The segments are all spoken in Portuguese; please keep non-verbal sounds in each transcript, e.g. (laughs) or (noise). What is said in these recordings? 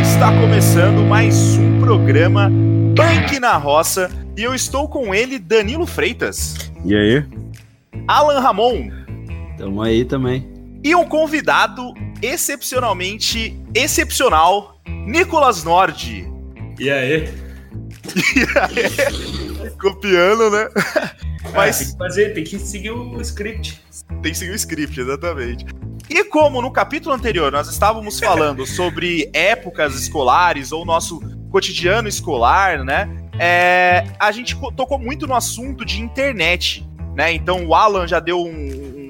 Está começando mais um programa Punk na Roça e eu estou com ele, Danilo Freitas, E aí? Alan Ramon Tamo aí também. e um convidado excepcionalmente excepcional, Nicolas Nord. E aí? Copiando, né? Mas- Ah, tem que fazer, tem que seguir o script. Tem que seguir o script, exatamente. E como no capítulo anterior nós estávamos falando sobre épocas escolares ou nosso cotidiano escolar, né? É, a gente co- tocou muito no assunto de internet, né? Então o Alan já deu um,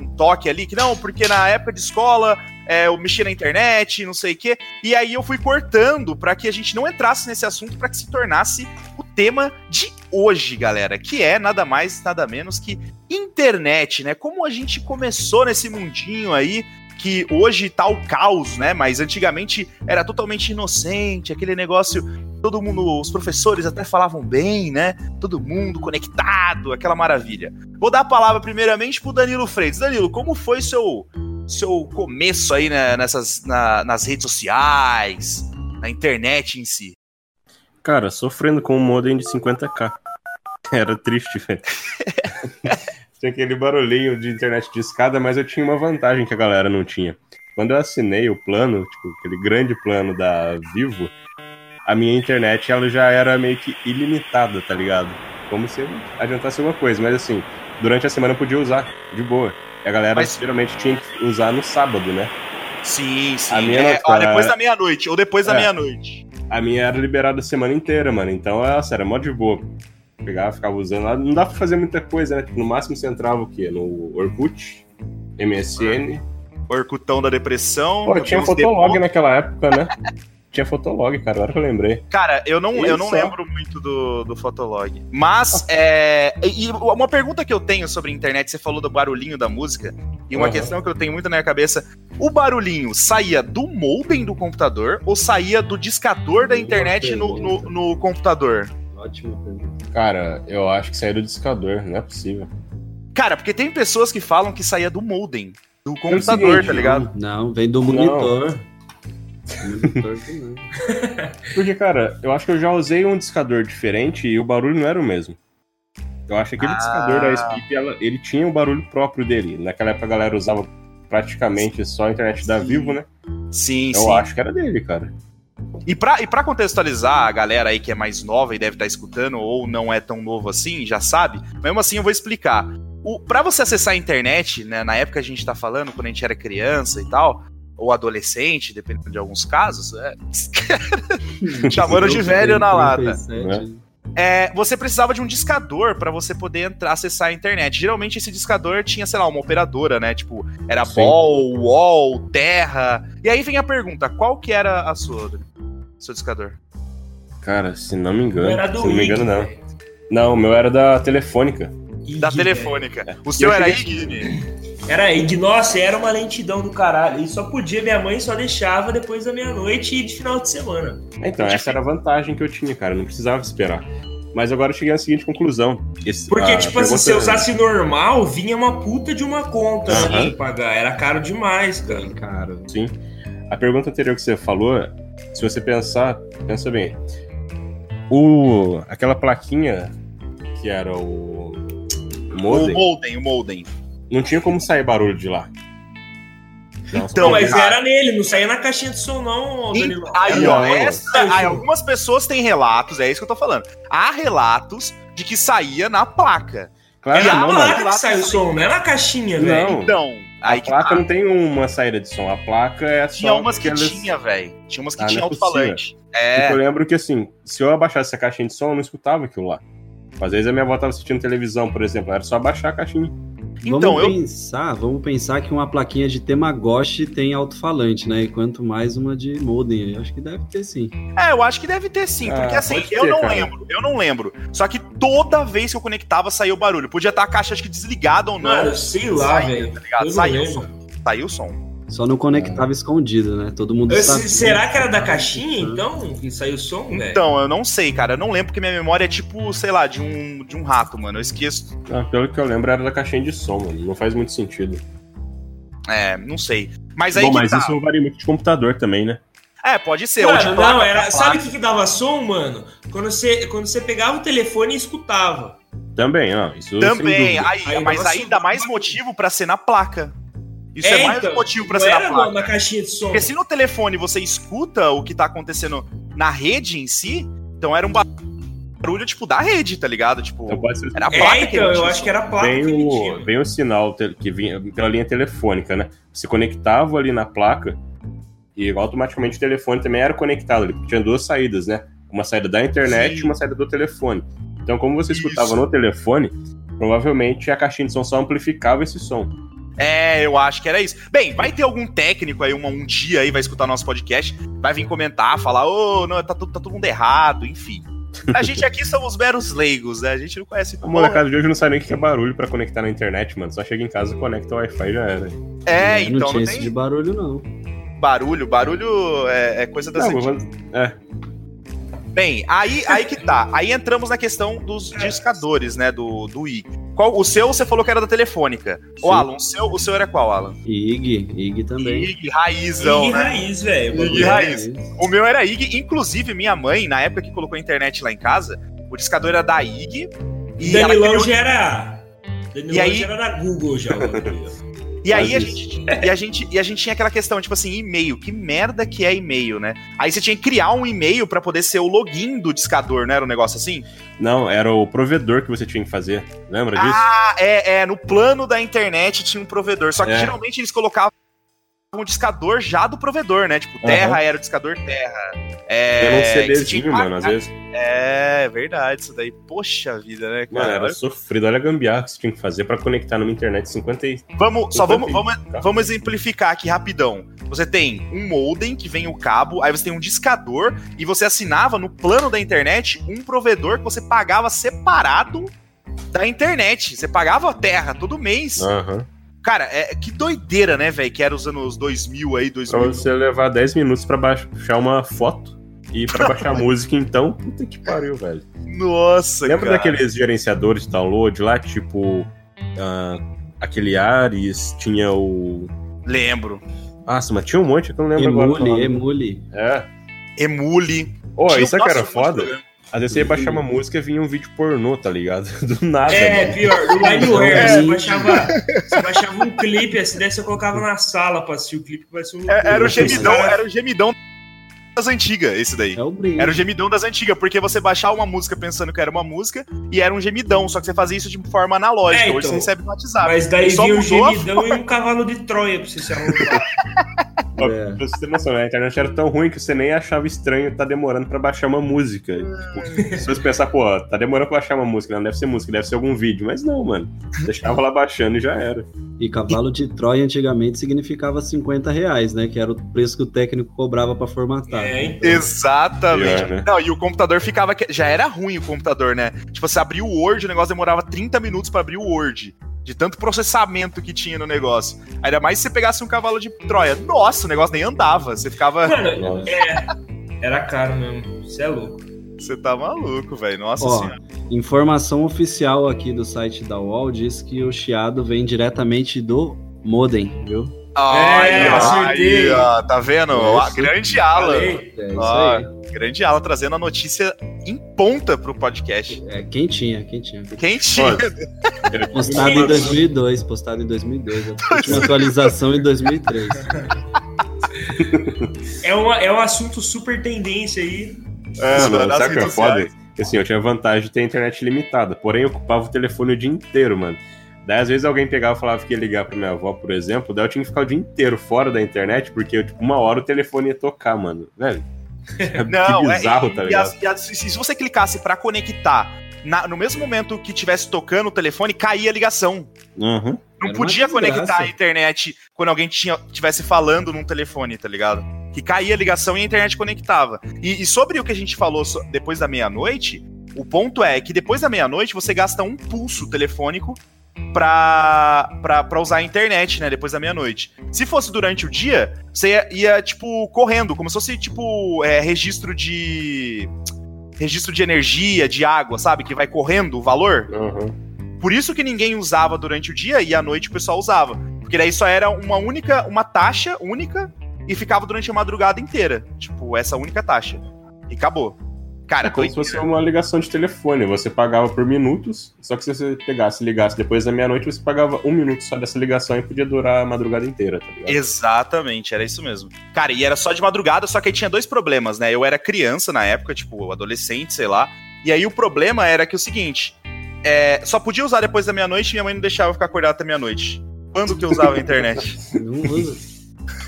um toque ali que não, porque na época de escola é, eu mexia na internet, não sei o quê. E aí eu fui cortando para que a gente não entrasse nesse assunto, para que se tornasse o tema de hoje, galera, que é nada mais, nada menos que internet, né? Como a gente começou nesse mundinho aí que hoje tá o caos, né? Mas antigamente era totalmente inocente, aquele negócio, todo mundo, os professores até falavam bem, né? Todo mundo conectado, aquela maravilha. Vou dar a palavra primeiramente pro Danilo Freitas. Danilo, como foi seu seu começo aí né, nessas na- nas redes sociais, na internet em si? Cara, sofrendo com um modem de 50k. (laughs) Era triste, (laughs) velho. tinha aquele barulhinho de internet de escada, mas eu tinha uma vantagem que a galera não tinha. Quando eu assinei o plano, tipo, aquele grande plano da Vivo, a minha internet ela já era meio que ilimitada, tá ligado? Como se adiantasse alguma coisa, mas assim, durante a semana eu podia usar, de boa. E a galera Mas- geralmente tinha que usar no sábado, né? Sim, sim. A minha é, não- ó, depois da meia-noite, ou depois da É. meia-noite. A minha era liberada a semana inteira, mano. Então, nossa, era mó de boa. Pegava, ficava usando lá. Não dá pra fazer muita coisa, né? Tipo, no máximo você entrava o quê? No Orkut, MSN. Orcutão da depressão. Pô, tinha os Fotolog demo- naquela época, né? (laughs) tinha Fotolog, cara. Agora que eu lembrei. Cara, eu não, eu não Isso. lembro muito do, do Fotolog. Mas, é. E uma pergunta que eu tenho sobre a internet, você falou do barulhinho da música, e uma Aham. questão que eu tenho muito na minha cabeça: o barulhinho saía do modem do computador ou saía do discador da Boa internet no, no, pergunta. no computador? Ótima pergunta. Cara, eu acho que saiu do discador. Não é possível. Cara, porque tem pessoas que falam que saía do modem. Do É o computador, seguinte, tá ligado? Não, vem do monitor. Monitor que não. Porque, cara, eu acho que eu já usei um discador diferente e o barulho não era o mesmo. Eu acho que aquele Ah. discador da SPIP, ela- ele tinha o barulho próprio dele. Naquela época a galera usava praticamente só a internet da Sim. Vivo, né? Sim, Eu sim. acho que era dele, cara. E pra, e pra contextualizar a galera aí que é mais nova e deve estar escutando, ou não é tão novo assim, já sabe, mesmo assim eu vou explicar. O, pra você acessar a internet, né, na época a gente tá falando, quando a gente era criança e tal, ou adolescente, dependendo de alguns casos, é, (laughs) chamando de velho na lata. 37, É, você precisava de um discador pra você poder entrar, acessar a internet. Geralmente esse discador tinha, sei lá, uma operadora, né? Tipo, era Sim. Ball, Wall, Terra. E aí vem a pergunta, qual que era a sua, Rodrigo? seu discador? Cara, se não me engano. Era do se não me engano, não. Ig, Não, o meu era da telefônica. velho. Da Ig, telefônica. O seu né? É. Eu era cheguei- Igni? velho. Era Ig, nossa, era uma lentidão do caralho. E só podia, minha mãe só deixava depois da meia-noite e de final de semana. Então, tipo, essa era a vantagem que eu tinha, cara. Eu não precisava esperar. Mas agora eu cheguei à seguinte conclusão. Esse- Porque, a tipo assim, pergunta- se eu usasse normal, vinha uma puta de uma conta né, Aham. de pagar. Era caro demais, cara. hein, cara. Sim. A pergunta anterior que você falou, se você pensar, pensa bem. O, aquela plaquinha que era o, é o O modem, Molden, o Molden. não tinha como sair barulho de lá. Então, Não, mas é cara. era nele, não saía na caixinha de som, não, Danilo. Aí, Não, ó, não. essa, aí, algumas pessoas têm relatos, é isso que eu tô falando. Há relatos de que saía na placa. claro que era não, na mano. placa que saiu o som, não era na caixinha, velho. Não. Então, aí Hum. a que placa tá. não tem uma saída de som. A placa é só. Tinha umas que aquelas- tinha, velho. Tinha umas que Ah, não tinha é alto-falante. Tipo, É, Eu lembro que assim, se eu abaixasse a caixinha de som, eu não escutava aquilo lá. Às vezes a minha avó tava assistindo televisão, por exemplo, era só abaixar a caixinha. então, vamos eu. pensar, vamos pensar que uma plaquinha de Tamagotchi tem alto-falante, né? E quanto mais uma de modem, eu acho que deve ter sim. É, eu acho que deve ter sim, Ah, porque assim, pode eu ter, não cara. lembro, eu não lembro. Só que toda vez que eu conectava saía o barulho. Podia estar a caixa acho que desligada ou não. Mano, sei lá, Saía, velho. tá ligado? Eu não Saiu o lembro. som. Saiu o som. Só não conectava escondido, né? Todo mundo Eu- sabe. se- Será que era da caixinha, então? Que saiu o som, velho? Então, eu não sei, cara. Eu não lembro porque minha memória é tipo, sei lá, de um, de um rato, mano. Eu esqueço Ah, pelo que eu lembro, era da caixinha de som, mano. Não faz muito sentido. É, não sei. Mas aí Bom, que mas tá. isso varia muito de computador também, né? É, pode ser. ou ah, de Mano, não, placa era. pra Sabe o placa. que, que dava som, mano? Quando você, quando você pegava o telefone e escutava. Também, ó. Isso Também, sem dúvida. aí, Aí, mas nossa, ainda mais motivo pra ser na placa. Isso é, um É, mais então, um motivo pra Não ser na era placa. na, na caixinha de som. Porque se no telefone você escuta o que tá acontecendo na rede em si, então era um barulho, tipo, da rede, tá ligado? Tipo, Então pode ser era a placa É, que então, emitia eu o acho som. que era a placa vem que o, emitia. vem o sinal te- que vinha pela linha telefônica, né? Você conectava ali na placa e automaticamente o telefone também era conectado ali, porque tinha duas saídas, né? Uma saída da internet Sim. e uma saída do telefone. Então, como você escutava Isso. no telefone, provavelmente a caixinha de som só amplificava esse som. É, eu acho que era isso. Bem, vai ter algum técnico aí, uma- um dia aí, vai escutar nosso podcast, vai vir comentar, falar, ô, não, tá, tudo- tá todo mundo errado, enfim. A gente aqui somos meros leigos, né? A gente não conhece Tá A molecada de hoje não sabe nem o que é barulho pra conectar na internet, mano. Só chega em casa, conecta o Wi-Fi e já era. É, né, não então tinha tipo. não isso de tem barulho, não. barulho, barulho é, é coisa das Não, antigas. mas- é, Bem, aí, aí que tá. Aí entramos na questão dos discadores, né? Do, do I. Qual, o seu você falou que era da telefônica. Ô, Sim. Alan, o seu, o seu era qual, Alan? E Ig, Ig também. É, IG, raizão, Ih, né? raiz, velho. o Ih, bagulho. de raiz. O meu era IG, inclusive minha mãe, na época que colocou a internet lá em casa, o discador era da IG. E, ela Danilão criou- já era. Danilão E aí- já era da Google já, o bagulho. e aí a Faz gente, e, a gente, e a gente tinha aquela questão, tipo assim, e-mail. Que merda que é e-mail, né? Aí você tinha que criar um e-mail pra poder ser o login do discador, não era um negócio assim? não, era o provedor que você tinha que fazer. Lembra disso? Ah, é, é, no plano da internet tinha um provedor, só que É. geralmente eles colocavam um discador já do provedor, né? Tipo, terra era o discador terra. É, era um que você tinha que CDzinho, pagar. mano. Às vezes, É, verdade, isso daí. Poxa vida, né, mano, cara? era sofrido. Olha a gambiarra que você tinha que fazer pra conectar numa internet 50 e... Vamos, só vamos, vamos, Tá. vamos exemplificar aqui rapidão. Você tem um modem que vem o cabo, aí você tem um discador e você assinava no plano da internet um provedor que você pagava separado da internet. Você pagava a terra todo mês. Aham. Cara, é, que doideira, né, velho? Que era os anos 2000 aí, Pra 2000. você levar 10 minutos pra baixar uma foto e pra baixar música, então, puta que pariu, velho. Nossa, Lembra cara. daqueles gerenciadores de download lá, tipo. ah, aquele Ares, tinha o. Lembro. Nossa, mas tinha um monte que eu não lembro agora. Emule, o nome. emule. É. Emule. Ó, Tinha- um isso é que era nossa, foda? Às vezes você ia baixar uma música e vinha um vídeo pornô, tá ligado? (laughs) Do nada. É, mano. (laughs) pior, o Limeware, você É. baixava, você baixava um clipe, assim, daí você colocava na sala pra assistir o clipe, parecia um... É- Era o Nossa, gemidão, era o gemidão das antigas, esse daí. É o brinco. Era o gemidão das antigas, porque você baixava uma música pensando que era uma música e era um gemidão, só que você fazia isso de forma analógica. É, Hoje então. você recebe no WhatsApp. Mas daí Só vinha um mudou a gemidão e um cavalo de Troia pra você se (laughs) arrumar. Ó, É. Pra você ter noção, né? a internet era tão ruim que você nem achava estranho tá demorando pra baixar uma música. Tipo, se você pensar, pô, tá demorando pra baixar uma música, não deve ser música, deve ser algum vídeo. Mas não, mano. Deixava lá baixando e já era. E cavalo de Troia antigamente significava 50 reais, né? Que era o preço que o técnico cobrava pra Tá. formatar. É, então. Exatamente. Pior, né? Não, e o computador ficava. que- Já era ruim o computador, né? Tipo, você abria o Word, o negócio demorava 30 minutos pra abrir o Word. De tanto processamento que tinha no negócio. Ainda mais se você pegasse um cavalo de Troia. Nossa, o negócio nem andava. Você ficava. (laughs) Mano, Nossa. era caro mesmo, você é louco. Você tá maluco, velho. Nossa Ó, senhora. informação oficial aqui do site da UOL diz que o chiado vem diretamente do modem, viu? Olha, É, acertei. aí, ó, tá vendo? Ó, a grande ala. Falei, É isso Ó, aí. grande ala trazendo a notícia em ponta pro podcast. É quentinha, quentinha. Quentinho. (laughs) Postado em 2002, postado em 2002. A última (laughs) atualização em 2003. é, uma, é um assunto super tendência aí. É, Isso, mano, nas sabe o que é redes foda? Que, Assim, eu tinha vantagem de ter internet limitada, porém ocupava o telefone o dia inteiro, mano. Daí, às vezes, alguém pegava e falava que ia ligar pra minha avó, por exemplo, daí eu tinha que ficar o dia inteiro fora da internet, porque, tipo, uma hora o telefone ia tocar, mano. Velho, É que bizarro, tá e ligado? as- e as- é se se você clicasse pra conectar, na- no mesmo momento que tivesse tocando o telefone, caía a ligação. Uhum. Não Era uma podia desgraça. conectar a internet quando alguém tinha, tivesse falando num telefone, tá ligado? Que caía a ligação e a internet conectava. E, e sobre o que a gente falou so- depois da meia-noite, o ponto é que depois da meia-noite você gasta um pulso telefônico pra, pra, pra usar a internet, né? Depois da meia-noite. Se fosse durante o dia, você ia, ia, tipo, correndo, como se fosse, tipo, é, registro de. Registro de energia, de água, sabe? Que vai correndo o valor. Uhum. Por isso que ninguém usava durante o dia e à noite o pessoal usava. Porque daí só era uma única, uma taxa única e ficava durante a madrugada inteira. Tipo, essa única taxa. E acabou. Cara, É como se doideira. fosse uma ligação de telefone. Você pagava por minutos, só que se você pegasse e ligasse depois da meia-noite, você pagava um minuto só dessa ligação e podia durar a madrugada inteira, tá (laughs) ligado? Exatamente, era isso mesmo. Cara, e era só de madrugada, só que aí tinha dois problemas, né? Eu era criança na época, tipo, adolescente, sei lá. E aí o problema era que o seguinte: é, só podia usar depois da meia-noite e minha mãe não deixava eu ficar acordado até meia-noite. Quando que eu usava a internet? (laughs) Não usa.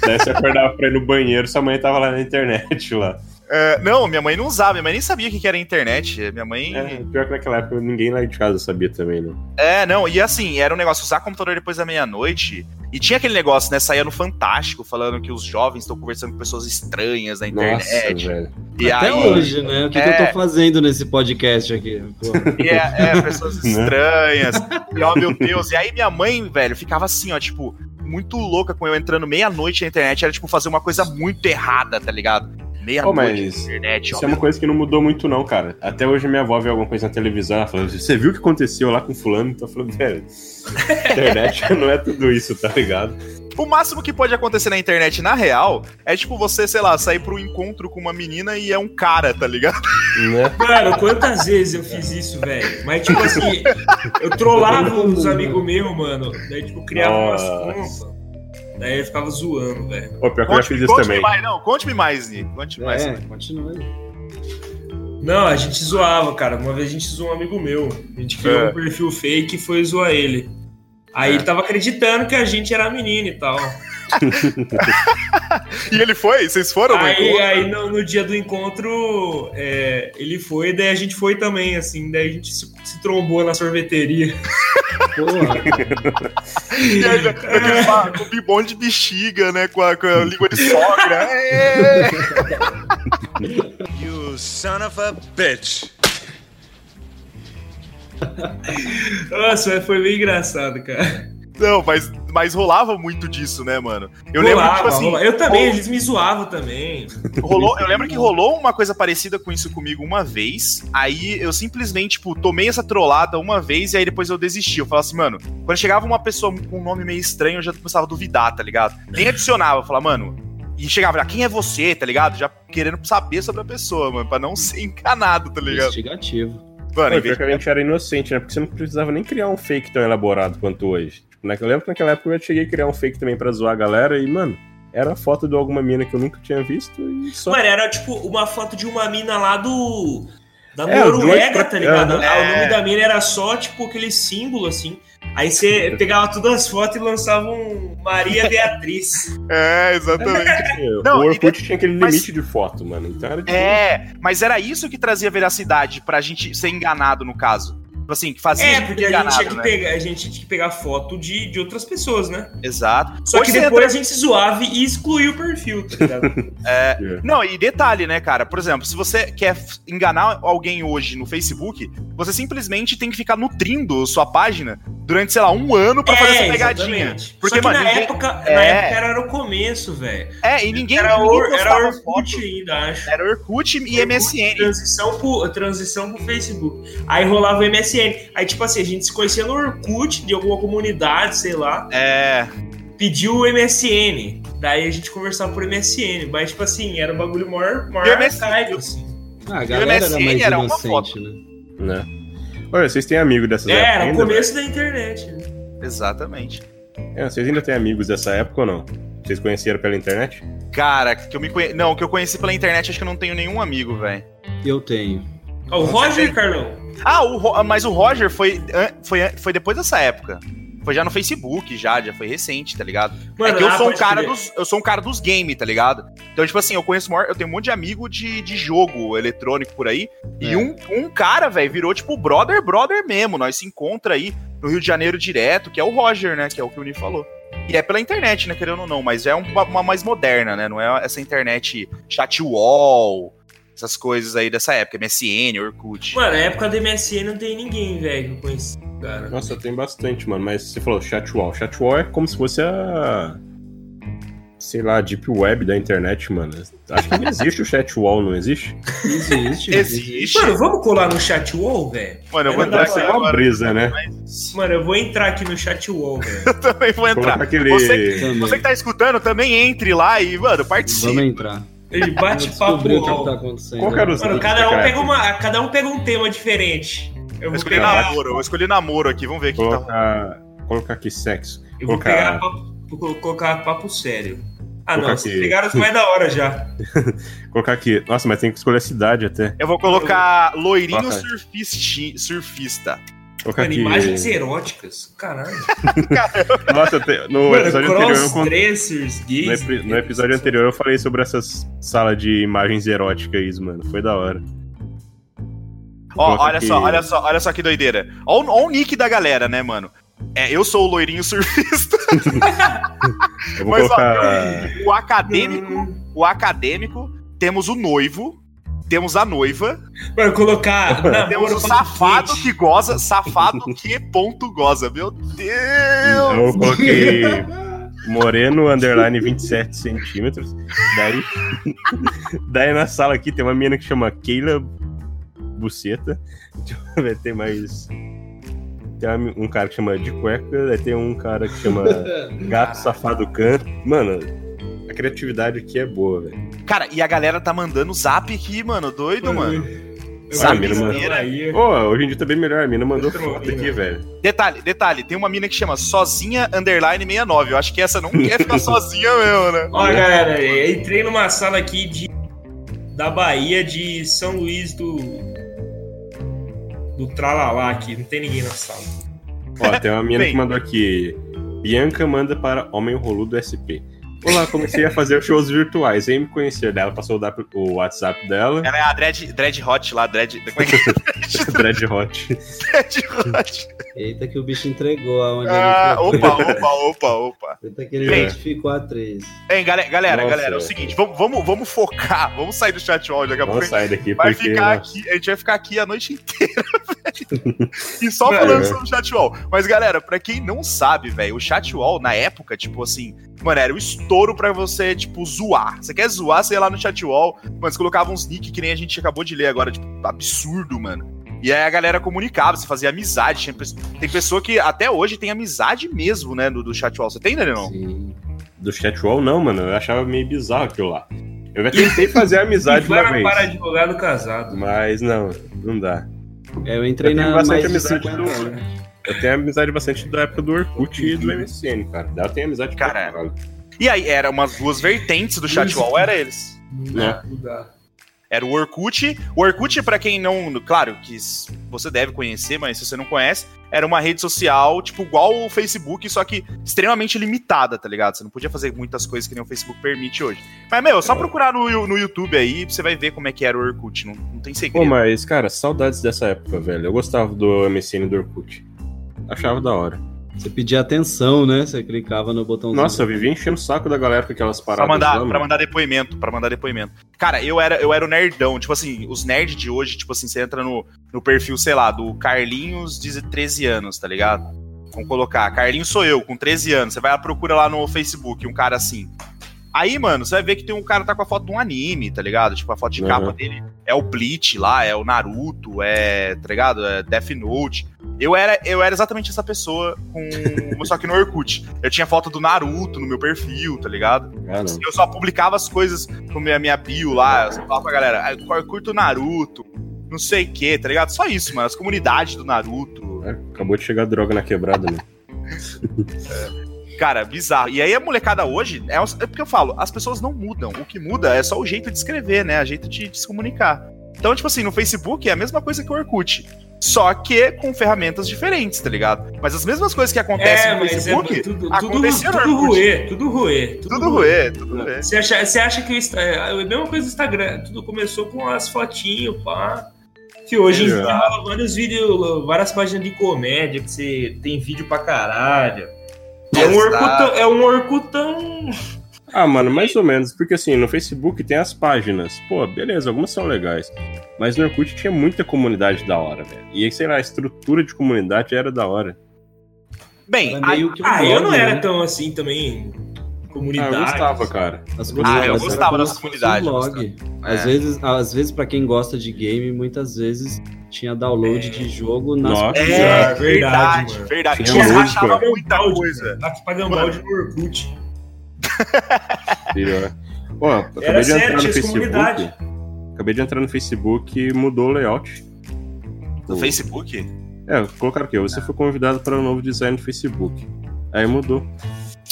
Daí você acordava pra ir no banheiro, sua mãe tava lá na internet lá. É, não, minha mãe não usava, minha mãe nem sabia o que que era internet. Minha mãe. É, pior que naquela época ninguém lá de casa sabia também, né? É, não, e assim, era um negócio usar computador depois da meia-noite. E tinha aquele negócio, né? Saía no Fantástico falando que os jovens estão conversando com pessoas estranhas na Nossa, internet. velho. e Até aí, hoje, né? O que, que É. eu tô fazendo nesse podcast aqui? Pô, E é, é, (laughs) pessoas Né? estranhas. E ó, meu Deus. E aí minha mãe, velho, ficava assim, ó, tipo, muito louca com eu entrando meia-noite na internet. Era tipo fazer uma coisa muito errada, tá ligado? Pô, Meia-noite na mas internet, ó. Isso é uma meu- coisa que não mudou muito, não, cara. Até hoje minha avó vê alguma coisa na televisão, ela fala, você viu o que aconteceu lá com fulano? Então eu falo, velho, (laughs) internet (laughs) não é tudo isso, tá ligado? O máximo que pode acontecer na internet, na real, é tipo você, sei lá, sair pro encontro com uma menina e é um cara, tá ligado? Né? Mano, quantas vezes eu fiz isso, velho? Mas, tipo assim, eu trollava uns amigos meus, mano. Daí, tipo, criava Nossa. umas contas. Daí eu ficava zoando, velho. Pô, pior que eu já fiz Conte-me isso conte-me também. mais, não. Conte-me mais, Nick. Conte-me mais. é, continua aí. Não, a gente zoava, cara. Uma vez a gente zoou um amigo meu. A gente criou É. um perfil fake e foi zoar ele. Aí ele tava acreditando que a gente era menina e tal. E ele foi? Vocês foram? no Aí, encontro? aí no, no dia do encontro, é, ele foi, daí a gente foi também, assim. Daí a gente se, se trombou na sorveteria. Porra, E aí, né, aquele pa- com bibom de bexiga, né? Com a, com a língua de sogra. (laughs) É. You son of a bitch. Nossa, foi meio engraçado, cara. Não, mas, mas rolava muito disso, né, mano? Eu lembro, Rolava, tipo assim. rolava. Eu também, ro- eles me zoavam também. Rolou, eu lembro que rolou uma coisa parecida com isso comigo uma vez. Aí eu simplesmente, tipo, tomei essa trollada uma vez e aí depois eu desisti. Eu falava assim, mano, quando chegava uma pessoa com um nome meio estranho, eu já começava a duvidar, tá ligado? Nem adicionava, eu falava, mano. E chegava lá, quem é você, tá ligado? Já querendo saber sobre a pessoa, mano, pra não (laughs) ser encanado, tá (laughs) ligado? investigativo. Mano, Pô, (laughs) pior que a gente era inocente, né? Porque você não precisava nem criar um fake tão elaborado quanto hoje. Tipo, né? Eu lembro que naquela época eu cheguei a criar um fake também pra zoar a galera e, mano, era a foto de alguma mina que eu nunca tinha visto e só. Mano, era tipo uma foto de uma mina lá do. Da É, o Noruega, Drake- tá ligado? é. Ah, O nome da mina era só, tipo, aquele símbolo, assim. Aí você pegava todas as fotos e lançava um (laughs) Maria Beatriz. É, (laughs) exatamente. Não, o e Orkut tinha aquele mas- limite de foto, mano. Então era de... É, mas era isso que trazia veracidade pra gente ser enganado, no caso. Tipo Assim, que fazia É, porque a gente, tinha que né? pegar, a gente tinha que pegar foto de, de outras pessoas, né? Exato. Só Hoje que você depois a gente se zoava e excluiu o perfil, tá ligado? entra- Não, e detalhe, né, cara? Por exemplo, se você quer f- enganar alguém hoje no Facebook, você simplesmente tem que ficar nutrindo sua página durante, sei lá, um ano (laughs) pra fazer essa pegadinha. É, exatamente. Porque, Só que mano, na, ninguém- época, na É. época era o começo, velho. É, e ninguém Era, ninguém or, era postava Orkut foto. ainda, acho. Era Orkut e Orkut, MSN. Transição pro, transição pro Facebook. Aí rolava o MSN. Aí, tipo assim, a gente se conhecia no Orkut de alguma comunidade, sei lá. É. Pediu o MSN. Daí a gente conversava por MSN. Mas, tipo assim, era um bagulho maior, maior E o MSN? arcaico, assim. Ah, a galera era MSN mais né? era uma inocente, né? Né? Olha, vocês têm amigo dessas É, era o ainda? começo da internet. né? Exatamente. É, vocês ainda têm amigos dessa época ou não? Vocês conheceram pela internet? Cara, que eu me conhe... Não, que eu conheci pela internet, acho que eu não tenho nenhum amigo, velho. Eu tenho. Ó, o Roger, Carlão. Ah, o Ro- mas o Roger foi, an- foi, an- foi depois dessa época. Foi já no Facebook, já, já foi recente, tá ligado? é que eu ah, sou um pode cara crer. dos, eu sou um cara dos games, tá ligado? Então, tipo assim, eu conheço maior, eu tenho um monte de amigo de, de jogo eletrônico por aí. E É. um, um cara, velho, virou tipo brother, brother mesmo. Nós se encontra aí no Rio de Janeiro direto, que é o Roger, né? Que é o que o Ni falou. E é pela internet, né? Querendo ou não, mas é um- uma, uma mais moderna, né? Não é essa internet chatwall, essas coisas aí dessa época, MSN, Orkut. Mano, na época do MSN não tem ninguém, velho, que eu conheci, cara. Nossa, eu tenho bastante, mano. Mas você falou chatwall. Chatwall é como se fosse a. sei lá, deep web da internet, mano. Acho que não existe o chat wall, não existe? (laughs) Existe. Existe. Mano, vamos colar no chat wall, velho? Mano, eu vou Vai entrar mandar aqui Isso é uma agora. brisa, né? Mano, eu vou entrar aqui no chat wall, (laughs) velho. Eu também vou entrar. Colocar aquele... Você- Também. Você que tá escutando, também entre lá e, mano, Vamos participe. entrar. (laughs) Ele Vamos bate papo descobrir o que que tá wall. acontecendo. Qual que era o Mano, cada é um, pega uma, cada um pega um tema diferente. Eu Eu vou escolhi pegar, namoro, eu escolhi namoro aqui, vamos ver aqui. Tá... Colocar... Colocar aqui sexo. eu vou Colocar- pegar papo, vou colocar papo sério. Ah, não, Colocar vocês aqui. pegaram os mais da hora já. Colocar aqui... Nossa, mas tem que escolher a cidade até. Eu vou colocar loirinho Coloca. surfisti- surfista. Colocar Mano, aqui... imagens eróticas. Caralho. Nossa, tem- no Mano, episódio anterior eu contei... crossdressers, No, gays. epi- no episódio anterior eu falei sobre essas salas de imagens eróticas, mano. Foi da hora. Ó, Coloca olha aqui. só, olha só, olha só que doideira. Ó, o- ó o nick da galera, né, mano? É, eu sou o loirinho surfista, Eu vou Mas, ó, colocar. o acadêmico, o acadêmico, temos o noivo, temos a noiva, Mano, (laughs) colocar. temos namoro o com um safado gente. que goza, safado que ponto goza. Meu Deus! eu coloquei moreno underline 27 centímetros. Daí, (laughs) daí na sala aqui tem uma menina que chama Keila Buceta. Deixa eu ver, tem mais. Tem uma- um cara que chama de cueca, daí tem um cara que chama gato safado can. Mano, a criatividade aqui é boa, velho. Cara, e a galera tá mandando zap aqui, mano. Doido, mano. Eu Sabe, vi isso mano? na Bahia. Pô, hoje em dia tá bem melhor, a mina mandou foto aqui, velho. Detalhe, detalhe, tem uma mina que chama Sozinha Underline 69. Eu acho que essa não quer ficar sozinha mesmo, né? Ó, galera, eu entrei numa sala aqui de da Bahia, de São Luís do do Tralalá aqui, não tem ninguém na sala. Ó, tem uma mina Bem. que mandou aqui. Bianca manda para Homem Roludo SP. Olá, comecei a fazer shows virtuais. Vem me conhecer dela, passou o da- o (laughs) WhatsApp dela, Ela é a Dread, dread Hot lá, Dread. Como é que é? Dread Hot. (laughs) Dread Hot. (laughs) Eita que o bicho entregou aonde Ah, ele opa, opa, opa, opa. foi. Eita que ele Bem. identificou a três. Hein, galera, galera, Nossa, galera é o velho. seguinte, vamos, vamos, vamos focar, vamos sair do chat wall daqui a pouco. Vamos a gente sair daqui, Vai porque. ficar nossa, aqui, a gente vai ficar aqui a noite inteira, (laughs) velho. E só É. Mano. falando sobre o chat wall. Mas, galera, pra quem não sabe, velho, o chat wall, na época, tipo assim, mano, era o estouro pra você, tipo, zoar. Você quer zoar, você ia lá no chat wall, mano, você colocava uns nick que nem a gente acabou de ler agora, tipo, absurdo, mano. E aí a galera comunicava, você fazia amizade. Tinha pe- Tem pessoa que até hoje tem amizade mesmo, né, do, do chat wall. Você tem, Daniel? Sim. Do chat wall, não, mano. Eu achava meio bizarro aquilo lá. Eu (laughs) já tentei fazer amizade E uma vai vez. para de jogar no casado. Mas não, não dá. É, eu entrei Eu tenho na bastante mais de amizade 50 do- anos. Eu tenho amizade bastante da época do Orkut e do MSN, cara. Daí Eu tenho amizade pra Cara, caralho. E aí, eram umas duas vertentes do chat wall, era eles. dá, Era o Orkut. O Orkut, pra quem não. Claro que s- você deve conhecer, mas se você não conhece, era uma rede social, tipo, igual o Facebook, só que extremamente limitada, tá ligado? Você não podia fazer muitas coisas que nem o Facebook permite hoje. Mas, meu, só procurar no, Yu- no YouTube aí, você vai ver como é que era o Orkut. Não, não tem Pô, segredo. mas, cara, saudades dessa época, velho. Eu gostava do MSN e do Orkut. Achava da hora. Você pedia atenção, né? Você clicava no botãozinho. Nossa, eu vivia enchendo o saco da galera com aquelas Pra paradas. mandar, lá, mano. pra mandar depoimento, pra mandar depoimento. Cara, eu era, eu era o nerdão. Tipo assim, os nerds de hoje, tipo assim, você entra no, no perfil, sei lá, do Carlinhos de 13 anos, tá ligado? Vamos colocar, Carlinhos sou eu, com 13 anos. Você vai à procura lá no Facebook, um cara assim. Aí, mano, você vai ver que tem um cara que tá com a foto de um anime, tá ligado? Tipo, a foto de Uhum. capa dele é o Bleach lá, é o Naruto, é, tá ligado? É Death Note. Eu era, eu era exatamente essa pessoa, com, (laughs) só que no Orkut. Eu tinha foto do Naruto no meu perfil, tá ligado? Ah, não. Eu só publicava as coisas com a minha, minha bio lá, eu só falava pra galera, "Ah, eu curto Naruto, não sei o que, tá ligado? Só isso, mano, as comunidades do Naruto. É, Acabou de chegar droga na quebrada, né? Cara, bizarro. E aí a molecada hoje, é, os- é porque eu falo, as pessoas não mudam. O que muda é só o jeito de escrever, né? O jeito de, de se comunicar. Então, tipo assim, no Facebook é a mesma coisa que o Orkut. Só que com ferramentas diferentes, tá ligado? Mas as mesmas coisas que acontecem É, no mas é Facebook, tudo, tudo, aconteceu no tudo Orkut. ruê, tudo ruê. tudo ruê, tudo ruê. Você acha, você acha que o Instagram. A mesma coisa do Instagram, tudo começou com as fotinhos, pá. Que hoje em dia Exato. rola vários vídeos, várias páginas de comédia, que você tem vídeo pra caralho. É um, Exato. orcutão, é um orcutão. Ah, mano, mais ou menos. Porque assim, no Facebook tem as páginas. Pô, beleza, algumas são legais. Mas no Orkut tinha muita comunidade da hora, velho. E aí, sei lá, a estrutura de comunidade era da hora. Ah, Bem, Era aí, meio que um Ah, eu não blog, era né? tão assim também. Ah, eu comunidades. gostava, cara. As Ah, eu comunidades gostava eram dessa como se fosse comunidade, Um eu blog. Às É. vezes, às vezes para quem gosta de game, muitas vezes tinha download de jogo nas Nossa. É, É, verdade, verdade, verdade. mano. é um Tinha Tinha luz, rachava cara. muita coisa. Tá pagando Mano. balde no Orkut. Pior. Pô, acabei Era de sério, entrar no tinha essa Facebook. Acabei de entrar no Facebook e mudou o layout. No O- Facebook? É, colocaram aqui, você foi convidado para um novo design do Facebook. Aí mudou.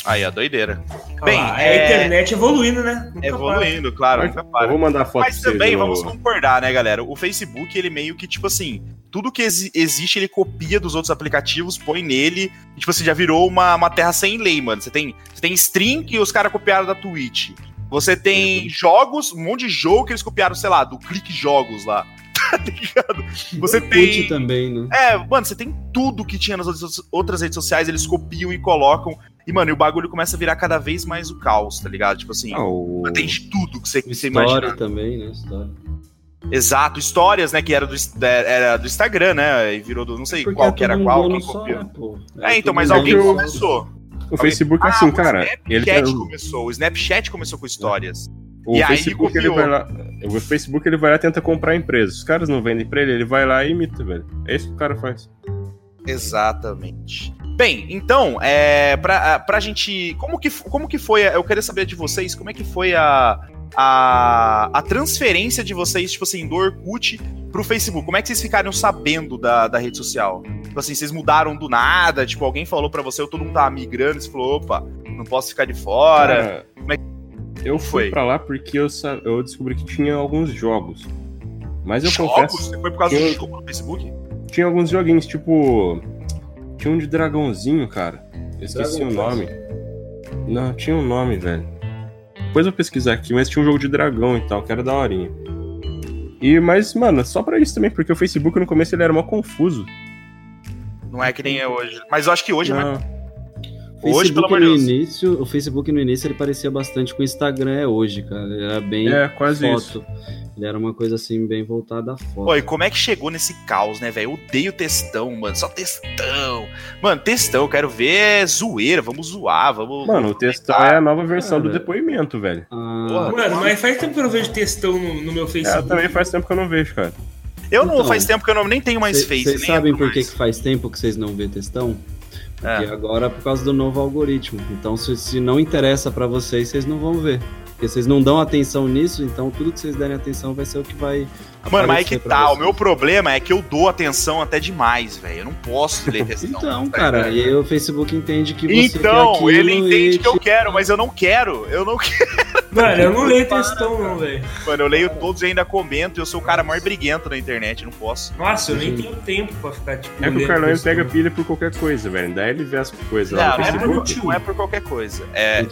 Aí, a doideira. Olha Bem, lá, é- é a internet evoluindo, né? Nunca Evoluindo, claro, Mas nunca eu para. vou mandar a foto Mas pra vocês também, no- vamos concordar, né, galera? O Facebook, ele meio que, tipo assim, tudo que exi- existe, ele copia dos outros aplicativos, põe nele. E, tipo assim, já virou uma, uma terra sem lei, mano. Você tem, você tem stream que os caras copiaram da Twitch. Você tem jogos, um monte de jogo que eles copiaram, sei lá, do Clique Jogos lá. (laughs) Tá ligado? Você Orkut tem. também, né? É, mano, você tem tudo que tinha nas outras- outras redes sociais, eles copiam e colocam. E, mano, e o bagulho começa a virar cada vez mais o caos, tá ligado? Tipo assim, Ah, o... tem de tudo que você, que você História imagina. também, né? História. Exato, histórias, né? Que era do, da- era do Instagram, né? E virou do. Não sei Porque qual é que era tudo um qual, dono quem só, copiou. né, pô? É, então, tudo mas um alguém dono só. começou. o Facebook é assim, cara. O Ele Snapchat tem- começou, o Snapchat começou com histórias. O E aí Facebook, ele copiou. vai lá, o Facebook ele vai lá e tenta comprar a empresa. Os caras não vendem pra ele, ele vai lá e imita, velho. É isso que o cara faz. Exatamente. Bem, então, é, pra, pra gente. Como que, como que foi? a- Eu queria saber de vocês, como é que foi a, a, a transferência de vocês, tipo assim, do Orkut pro Facebook? Como é que vocês ficaram sabendo da, da rede social? Tipo assim, vocês mudaram do nada? Tipo, alguém falou pra você, ou todo mundo tava migrando, você falou, opa, não posso ficar de fora. Cara, como é eu fui Foi. pra lá porque eu, sa- eu descobri que tinha alguns jogos. Mas eu jogos? confesso, Você foi por causa do eu- jogo no Facebook? tinha alguns joguinhos, tipo. Tinha um de dragãozinho, cara. Eu esqueci Dragon o nome. Não, tinha um nome, velho. Depois eu vou pesquisar aqui, mas tinha um jogo de dragão e tal, que era daorinha. E, mas, mano, só pra isso também, porque o Facebook no começo ele era mó confuso. Não é que nem é hoje. Mas eu acho que hoje é mais. Não. Hoje, pelo Facebook, amor de no Deus. início, O Facebook no início ele parecia bastante com o Instagram é hoje, cara. Ele era bem É, quase isso. foto. Ele era uma coisa assim, bem voltada à foto. Pô, e como é que chegou nesse caos, né, velho? Eu odeio textão, mano. Só textão. Mano, textão, eu quero ver zoeira. Vamos zoar, vamos. Mano, o textão é a nova versão do Cara. depoimento, velho. Ah, Porra. Mano, mas faz tempo que eu não vejo textão no, no meu É, Facebook. também faz tempo que eu não vejo, cara. Eu não Então, faz tempo que eu não, nem tenho mais Face. Vocês nem sabem entro por que, mais. que faz tempo que vocês não vê textão? Porque É. agora é por causa do novo algoritmo. Então, se, se não interessa pra vocês, vocês não vão ver. Porque vocês não dão atenção nisso, então tudo que vocês derem atenção vai ser o que vai. Mano, mas aí aparecer que pra tá. O vocês. meu problema é que eu dou atenção até demais, velho. Eu não posso ler textão. Então, cara, e aí o Facebook entende que você quer Então, aquilo ele e entende que eu te- quero, mas eu não quero. Eu não quero. (laughs) Mano, eu não leio textão, não, velho. Mano, eu leio todos e ainda comento. Eu sou o cara mais briguento na internet, eu não posso. Nossa, eu nem tenho tempo pra ficar, tipo, É que o lendo Carlão ele textão. pega pilha por qualquer coisa, velho. Daí ele vê as coisas Não, lá no não é, Facebook. por, não é por qualquer coisa. É,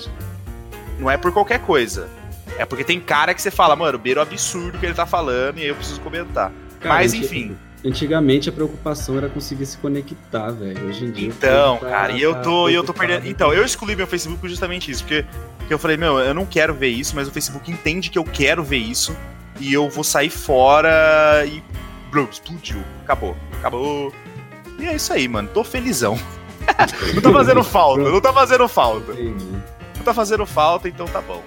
não é por qualquer coisa. É porque tem cara que você fala, mano, beira o absurdo que ele tá falando e aí eu preciso comentar. Cara, Mas anti- enfim, Antigamente a preocupação era conseguir se conectar, velho. Hoje em dia. então, tá- cara, e eu tá tô, e eu tô preocupado. perdendo. Então, eu excluí meu Facebook por justamente isso, porque, porque eu falei, meu, eu não quero ver isso, mas o Facebook entende que eu quero ver isso e eu vou sair fora e. Blum, explodiu. Acabou. Acabou. E é isso aí, mano. Tô felizão. não tá fazendo falta, não tá fazendo falta. Entendi. não tá fazendo falta, então tá bom.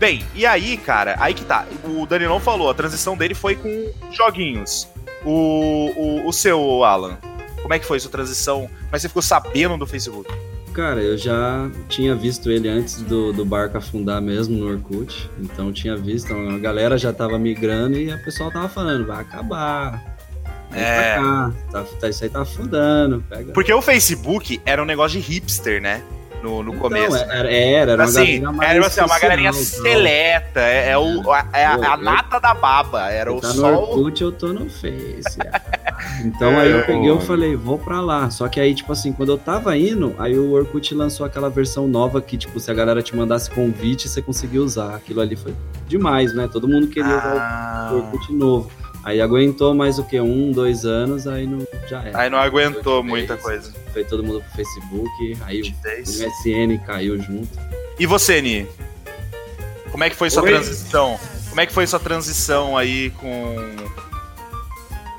Bem, e aí, cara, aí que tá. O Danilão falou, a transição dele foi com joguinhos. O, o, o seu, Alan, como é que foi sua transição? Mas você ficou sabendo do Facebook? Cara, eu já tinha visto ele antes do, do barco afundar mesmo no Orkut. Então tinha visto, a galera já tava migrando e a pessoa tava falando, vai acabar. Vai É. pra cá, tá, tá- isso aí tá afundando. Pega. Porque o Facebook era um negócio de hipster, né? No, no Então, começo. Era, era, era uma assim, galerinha mais era assim, uma galerinha social, então. seleta, é, é o, a, é a- a nata da baba, era o tá no sol. É, Orkut, eu tô no Face. (laughs) então aí eu peguei eu falei, vou pra lá. Só que aí, tipo assim, quando eu tava indo, aí o Orkut lançou aquela versão nova que, tipo, se a galera te mandasse convite, você conseguia usar. Aquilo ali foi demais, né? Todo mundo queria usar Ah, o Orkut novo. Aí aguentou mais o que? Um, dois anos, aí não, já era. aí não aguentou Foi muita isso. coisa. Foi todo mundo pro Facebook, aí o Fez. MSN caiu junto. E você, Ni? Como é que foi sua Oi? transição? Como é que foi sua transição aí com.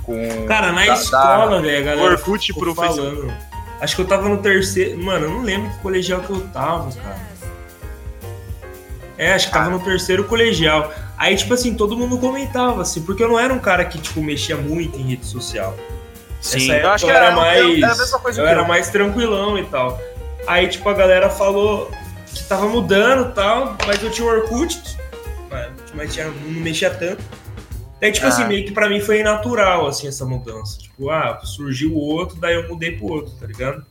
Com. Cara, na Da- escola, da- velho, a o galera Orkut ficou tipo, pro Facebook. falando. Acho que eu tava no terceiro. Mano, eu não lembro que colegial que eu tava, cara. É, acho que tava no terceiro colegial. Aí, tipo assim, todo mundo comentava, assim, porque eu não era um cara que, tipo, mexia muito em rede social. Sim, Essa época eu acho que eu era, era mais- era a mesma coisa Eu que era eu. mais tranquilão e tal. Aí, tipo, a galera falou que tava mudando e tal, mas eu tinha o Orkut, mas- mas tinha- não mexia tanto. Daí, tipo Ah. assim, meio que pra mim foi natural, assim, essa mudança. Tipo, ah, surgiu o outro, daí eu mudei pro outro, tá ligado?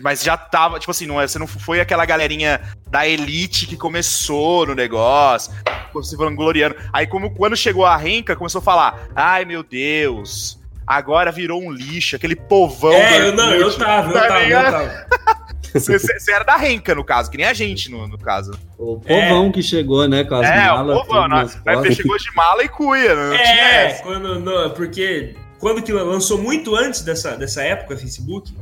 Mas já tava, tipo assim, não é, você não foi aquela galerinha da elite que começou no negócio, ficou se vangloriando. Aí como quando chegou a Renca, começou a falar: "Ai, meu Deus, agora virou um lixo, aquele povão". é, do eu não, eu Orkut." tava, eu Tá tava, eu ligado? tava. (laughs) Você você era da Renca no caso, que nem a gente no, no caso. O povão que chegou, né? Com as é, malas. o povão, tudo né? nas Aí você costas. chegou de mala e cuia, né? não tinha É, essa. quando, não, porque quando que lançou muito antes dessa, dessa época, Facebook,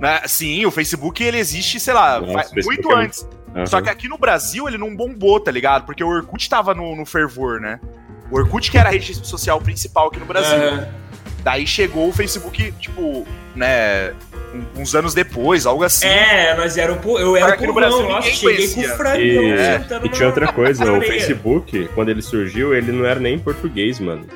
Né? Sim, o Facebook ele existe, sei lá, fa- Nossa, o Facebook muito é muito- antes. Só que aqui no Brasil ele não bombou, tá ligado? Porque o Orkut tava no, no fervor, né? O Orkut que era a rede social principal aqui no Brasil. é, Daí chegou o Facebook, tipo, né, um- uns anos depois, algo assim. é, nós era um po- eu Agora era aqui no povão, Brasil nossa, ninguém cheguei com conhecia. o frangão E- é, então tá sentando E tinha na- outra coisa, na o areia. Facebook, quando ele surgiu, ele não era nem em português, mano.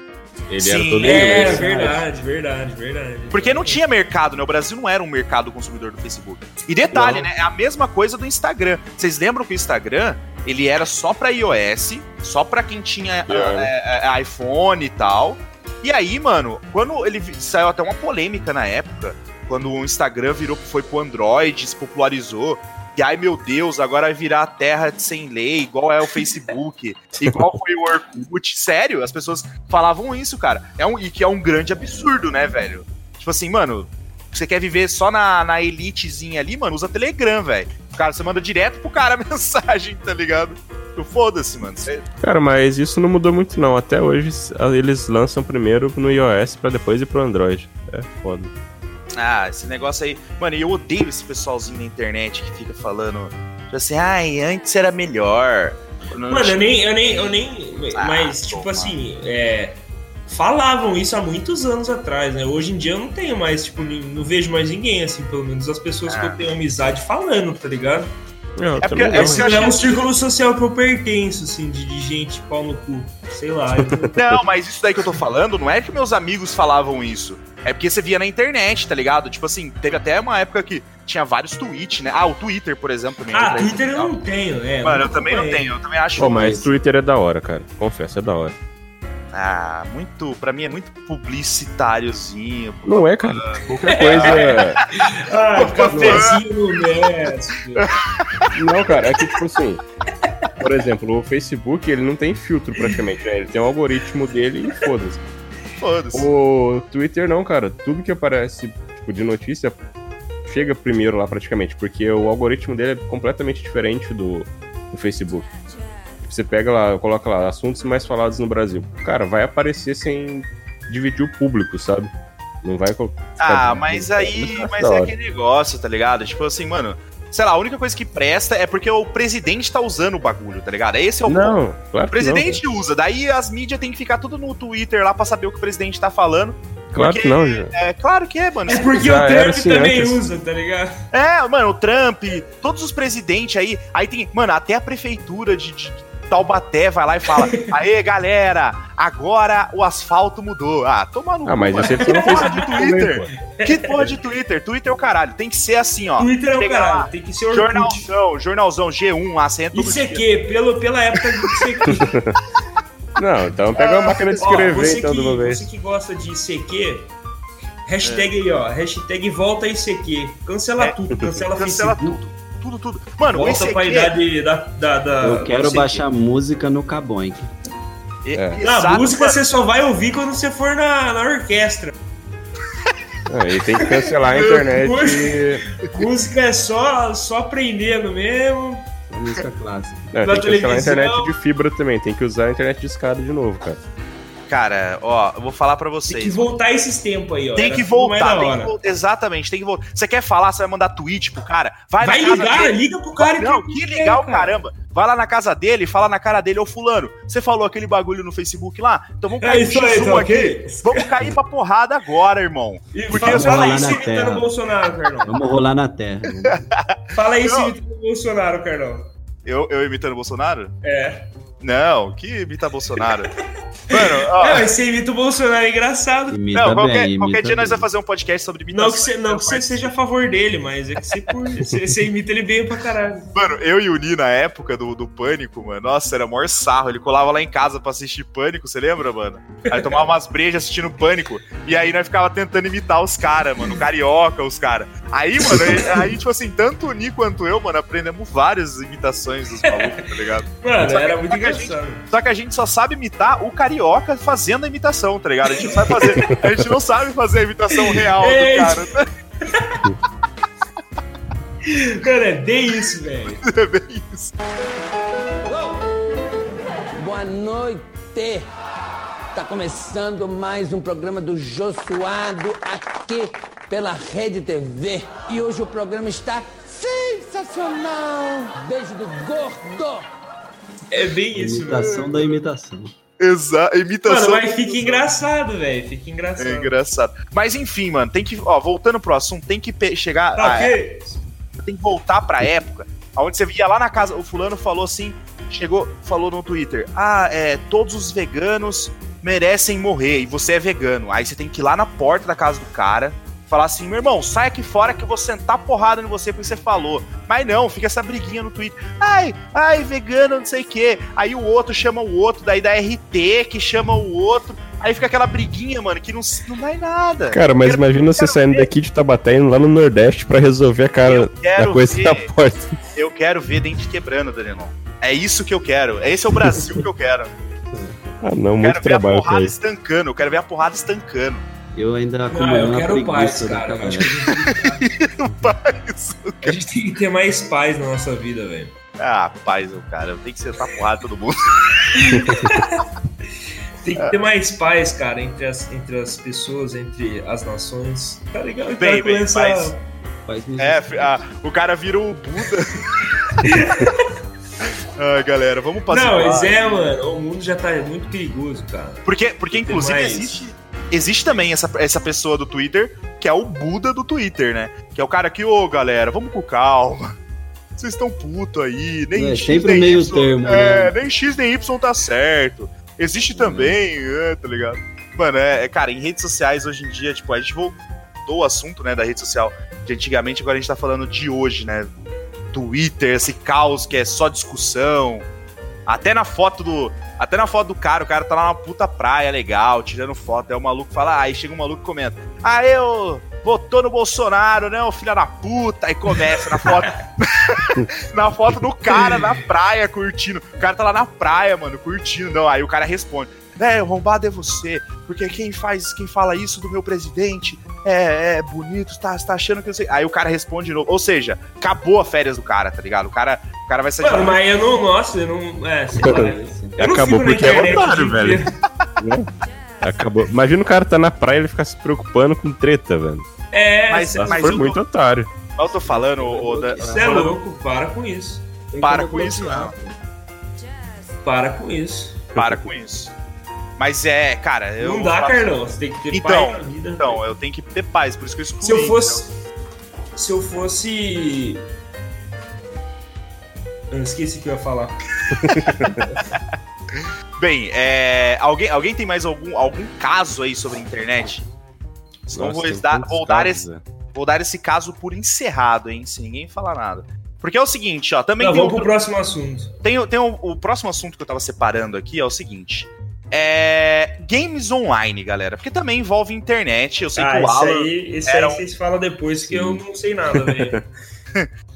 Ele era Sim, todo em É, inglês. né? verdade, verdade, verdade. Porque não tinha mercado, né? O Brasil não era um mercado consumidor do Facebook. E detalhe, Não. né? É a mesma coisa do Instagram. Vocês lembram que o Instagram, ele era só pra iOS, só pra quem tinha Yeah. é, é, iPhone e tal. E aí, mano, quando ele vi- saiu até uma polêmica na época, quando o Instagram virou, foi pro Android, se popularizou. E ai meu Deus, agora vai virar a terra de sem lei, igual é o Facebook, igual foi o Orkut. Sério, as pessoas falavam isso, cara. É um, e que é um grande absurdo, né, velho? Tipo assim, mano, você quer viver só na, na elitezinha ali, mano, usa Telegram, velho. Cara, você manda direto pro cara a (laughs) mensagem, tá ligado? Tipo, Foda-se, mano. Você- Cara, mas isso não mudou muito não. Até hoje a- eles lançam primeiro no iOS pra depois ir pro Android. É foda. Ah, esse negócio aí. Mano, eu odeio esse pessoalzinho na internet que fica falando. Tipo assim, ai, antes era melhor. Mano, eu nem, eu nem, eu nem. Ah, mas, tipo toma. assim, é, falavam isso há muitos anos atrás, né? Hoje em dia eu não tenho mais, tipo, nem- não vejo mais ninguém, assim, pelo menos as pessoas que Ah. eu tenho amizade falando, tá ligado? Não, porque- também é não. porque Não acho é que- um círculo social que eu pertenço, assim, de, de gente pau no cu. Sei (laughs) lá. eu- (laughs) Não, mas isso daí que eu tô falando, não é que meus amigos falavam isso. É porque você via na internet, tá ligado? Tipo assim, teve até uma época que tinha vários tweets, né? Ah, o Twitter, por exemplo, também. é ah, outra rede Twitter eu social. não tenho, é. Mano, eu nunca também não acompanhei. tenho, eu também acho. Pô, mas Twitter é da hora, cara. Confesso, é da hora. Ah, muito. Pra mim é muito publicitáriozinho. Não é, cara. Qualquer coisa. (laughs) Ah, cafezinho no Nest. não, cara, é que tipo assim. Por exemplo, o Facebook, ele não tem filtro praticamente, né? Ele tem um algoritmo dele e foda-se. Foda-se. O Twitter não, cara. Tudo que aparece tipo, de notícia chega primeiro lá praticamente, porque o algoritmo dele é completamente diferente do, do Facebook. Você pega lá, coloca lá, assuntos mais falados no Brasil. Cara, vai aparecer sem dividir o público, sabe? Não vai co- Ah, ficar- mas aí. Tá Mas da é hora. aquele negócio, tá ligado? Tipo assim, mano. Sei lá, a única coisa que presta é porque o presidente tá usando o bagulho, tá ligado? Esse é o ponto. Não, claro O que não. presidente usa, daí as mídias tem que ficar tudo no Twitter lá pra saber o que o presidente tá falando. cara. Claro porque- que não, já. É claro que é, mano. É porque Já o era Trump assim também antes. usa, tá ligado? É, mano, o Trump, todos os presidentes aí. Aí tem, mano, até a prefeitura de, de Taubaté vai lá e (laughs) fala: Aê, galera, agora o asfalto mudou. Ah, toma no Ah, mas cu, (laughs) isso ele Que não fez porra de Twitter? Que porra de Twitter? Twitter é o caralho. Tem que ser assim, ó. Twitter é o Chega caralho, lá. tem que ser Orkut. Jornalzão, jornalzão G1, acento. ICQ, é pelo, pela época do (laughs) ICQ. Não, então pega uma máquina de escrever Ó, você, então que, de uma vez. você que gosta de ICQ, hashtag aí, ó. Hashtag volta ICQ. Cancela É. tudo, cancela, Cancela Facebook, tudo. Tudo, tudo. Mano, o Volta ICQ, pra idade da. da, da- Eu do quero ICQ. baixar música no Caboink. é, É. Não, Ah, a exato, música mano. você só vai ouvir quando você for na, na orquestra. Ah, ele tem que cancelar a Meu internet. Deus. e- Música é só, só aprendendo mesmo. É Música clássica. Não, tem que cancelar Na a televisão. internet de fibra também. Tem que usar a internet de escada de novo, cara. Cara, ó, eu vou falar pra é- Tem que vocês. voltar esses tempos aí, ó. Tem Era que tudo mais da voltar, tem hora. que voltar. Exatamente, tem que voltar. Você quer falar, você vai mandar tweet pro cara? Vai, Vai na casa ligar, dele. liga pro cara e Não, pergunta que pra ele, legal, cara. caramba. Vai lá na casa dele e fala na cara dele, ô fulano, você falou aquele bagulho no Facebook lá? Então vamos É cair isso pro aí, X1 tá aqui. ok? Vamos cair pra porrada agora, irmão. E Porque fala, eu fala assim, lá isso na imitando terra. o Bolsonaro, Carlão. (laughs) Vamos rolar na terra. Fala isso Não. imitando o Bolsonaro, Carlão. Eu, eu imitando o Bolsonaro? É. Não, que imita Bolsonaro. Mano, ó. Não, esse imita o Bolsonaro é engraçado. Imita Não, qualquer, bem, qualquer imita dia nós bem. vamos fazer um podcast sobre Não que, imitação. você, não que você seja a favor dele, mas é que você, (laughs) por, você, você imita ele bem pra caralho. Mano, eu e o Ni na época do, do Pânico, mano, nossa, era maior sarro. Ele colava lá em casa pra assistir Pânico, você lembra, mano? Aí tomava umas brejas assistindo Pânico. E aí nós ficava tentando imitar os caras, mano, o carioca, os caras. Aí, mano, aí- aí, tipo assim, tanto o Ni quanto eu, mano, aprendemos várias imitações dos malucos, tá ligado? Mano, era muito Só que a engraçado. Só que a gente só sabe imitar o carioca fazendo a imitação, tá ligado? A gente não sabe fazer, a gente não sabe fazer a imitação real Ei, do cara. Cara, é bem isso, velho. É bem isso. Boa noite! Tá começando mais um programa do Jô Suado aqui pela Rede TV. E hoje o programa está sensacional! Beijo do gordo! É bem isso, velho. Imitação da imitação. Exa imitação. Mano, mas fica engraçado, velho. Fica engraçado. É engraçado. Mas enfim, mano, tem que. Ó, voltando pro assunto, tem que pe- chegar. Tá a- ok? tem que voltar pra época. Onde você via lá na casa. O fulano falou assim. Chegou, falou no Twitter. Ah, é. Todos os veganos merecem morrer. E você é vegano. Aí você tem que ir lá na porta da casa do cara. Falar assim, meu irmão, sai aqui fora que eu vou sentar porrada em você porque você falou. Mas não, fica essa briguinha no Twitter. Ai, ai, vegano, não sei o quê. Aí o outro chama o outro, daí da RT que chama o outro. Aí fica aquela briguinha, mano, que não, não vai nada. Cara, mas Quero- imagina você quero saindo ver. daqui de Tabaté indo lá no Nordeste pra resolver a cara Eu da quero coisa tá ver. da porta. (laughs) Eu quero ver dente quebrando, Danilão. É isso que eu quero. Esse é o Brasil que eu (laughs) quero. Ah, não, Eu muito quero ver a trabalho pra porrada isso. estancando. Eu quero ver a porrada estancando. Eu ainda Não, acumulei Ah, eu uma quero paz, preguiça da cara. né? Eu galera. acho que a gente, Paz. a gente tem que ter mais paz na nossa vida, velho. Ah, paz, eu, cara. Tem que sentar porrada todo mundo. (laughs) Tem que ter mais paz, cara, entre as, entre as pessoas, entre as nações. Tá ligado? O Bem, cara bem, começa- paz. (laughs) Faz me É, justiça. a- o cara vira o Buda. (laughs) Ai, galera, vamos passar. Não, mas é, mano. O mundo já tá muito perigoso, cara. Porque, porque Tem inclusive, mais. existe, existe também essa, essa pessoa do Twitter, que é o Buda do Twitter, né? Que é o cara que, ô, galera, vamos com calma. Vocês estão puto aí, nem É, X, sempre nem meio Y, termo, né? É, nem X nem Y tá certo. Existe também, é, tá ligado? Mano, é, é, cara, em redes sociais hoje em dia, tipo, a gente voltou o assunto, né, da rede social de antigamente, agora a gente tá falando de hoje, né? Twitter, esse caos que é só discussão. Até na foto do. Até na foto do cara, o cara tá lá na puta praia, legal, tirando foto. Aí o maluco fala, ah, aí chega um maluco e comenta. Ah, eu votou no Bolsonaro, né, ô filha da puta? Aí começa na foto. (laughs) na foto do cara na praia curtindo. O cara tá lá na praia, mano, curtindo. Não, aí o cara responde. Velho, roubado é você, porque quem faz, quem fala isso do meu presidente é, é bonito, tá, tá achando que eu sei. Aí o cara responde de novo. Ou seja, acabou a férias do cara, tá ligado? O cara, o cara vai sair de Mano, lá. mas eu não. Nossa, eu não. É, sei lá. Eu não Acabou fico na porque é internet otário, o dia velho. Né? inteiro. Acabou. Imagina o cara tá na praia e ele ficar se preocupando com treta, velho. É, Mas- você Nossa, mas foi eu- muito otário. Mas eu tô falando, ô, ô, Dan- você é louco. Para com isso. Tem para que com isso, bloquear. não. Para com isso. Para com isso. Mas é, cara, eu. não dá, faço- Carlão. Você tem que ter Então, paz na vida. Então, eu tenho que ter paz, por isso que eu excluí. então. se eu fosse. Se eu fosse. Eu esqueci o que eu ia falar. Tá, entendeu? Bem, é, alguém, alguém tem mais algum, algum caso aí sobre a internet? Senão eu Nossa, vou, tem dar, tantos vou, dar casos, esse, velho. vou dar esse caso por encerrado, hein? Sem ninguém falar nada. Porque é o seguinte, ó, também Não, tem, vamos pro outro- próximo assunto. tem, o- tem o, o próximo assunto que eu tava separando aqui é o seguinte. É, games online, galera. Porque também envolve internet. Eu sei Ah, que o esse Alan. aí, esse era aí um- vocês falam depois que eu não sei nada, (laughs) velho.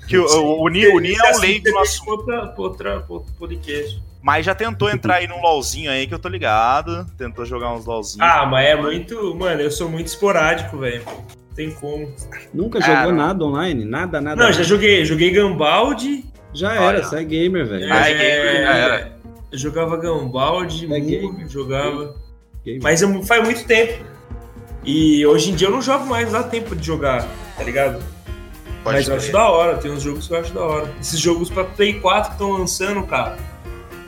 Que o, o, o Ni- o Ni assim é um leigo no assunto. Outra, outra, outro podcast. Mas já tentou entrar aí num LOLzinho aí que eu tô ligado. Tentou jogar uns LOLzinhos. Ah, mas é muito. Mano, eu sou muito esporádico, velho. Não Tem como. Nunca Cara. jogou nada online? Nada, nada. um. Não, já joguei. Joguei Gambaldi. Já Olha. era, você é gamer, velho. Ah, é gamer, já era. Eu jogava Gambaldi, É Moon, gamer. jogava. Gamer. Mas eu- faz muito tempo. E hoje em dia eu não jogo mais, não dá tempo de jogar, tá ligado? Pode Mas eu crer. acho da hora, tem uns jogos que eu acho da hora. Esses jogos pra Play 4 que estão lançando, cara.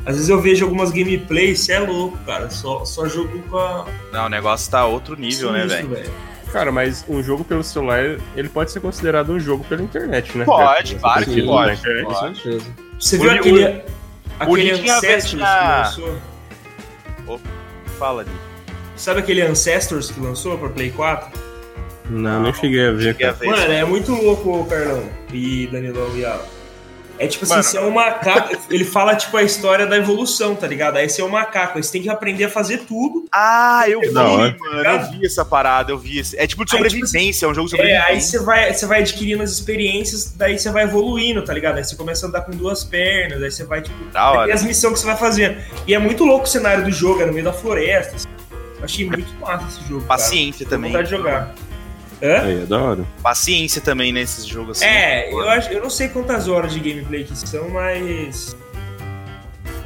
Às vezes eu vejo algumas gameplays, cê é louco, cara. Só, só jogo com a. Não, o negócio tá outro nível, né, sinistro, velho? velho. Cara, mas um jogo pelo celular, ele pode ser considerado um jogo pela internet, né? Pode, Essa claro coisa que toda pode. na internet. Com certeza. Você O viu Li- aquele, o aquele Li tinha Ancestors que vez na- lançou? Fala ali. Sabe aquele Ancestors que lançou pra Play 4? Não, nem cheguei a ver, Cheguei a cara. ver. Mano, é muito louco, Carlão e Danilão e Alan. É tipo assim, Mano. você é um macaco. Ele fala, tipo, a história da evolução, tá ligado? Aí você é um macaco, aí você tem que aprender a fazer tudo. Ah, eu vi, Da hora. mano. Eu vi essa parada, eu vi. Esse... É tipo de Aí, tipo, sobrevivência, é um jogo de É, aí sobrevivência. você vai, você vai adquirindo as experiências, daí você vai evoluindo, tá ligado? Aí você começa a andar com duas pernas, aí você vai, tipo, da e hora. as missões que você vai fazendo. E é muito louco o cenário do jogo, é no meio da floresta. assim. Eu achei muito massa esse jogo. cara. Paciência Tenho também. vontade de jogar. Hã? Aí, é da hora. Paciência também nesses jogos assim. É, eu, acho, eu não sei quantas horas de gameplay que são, mas.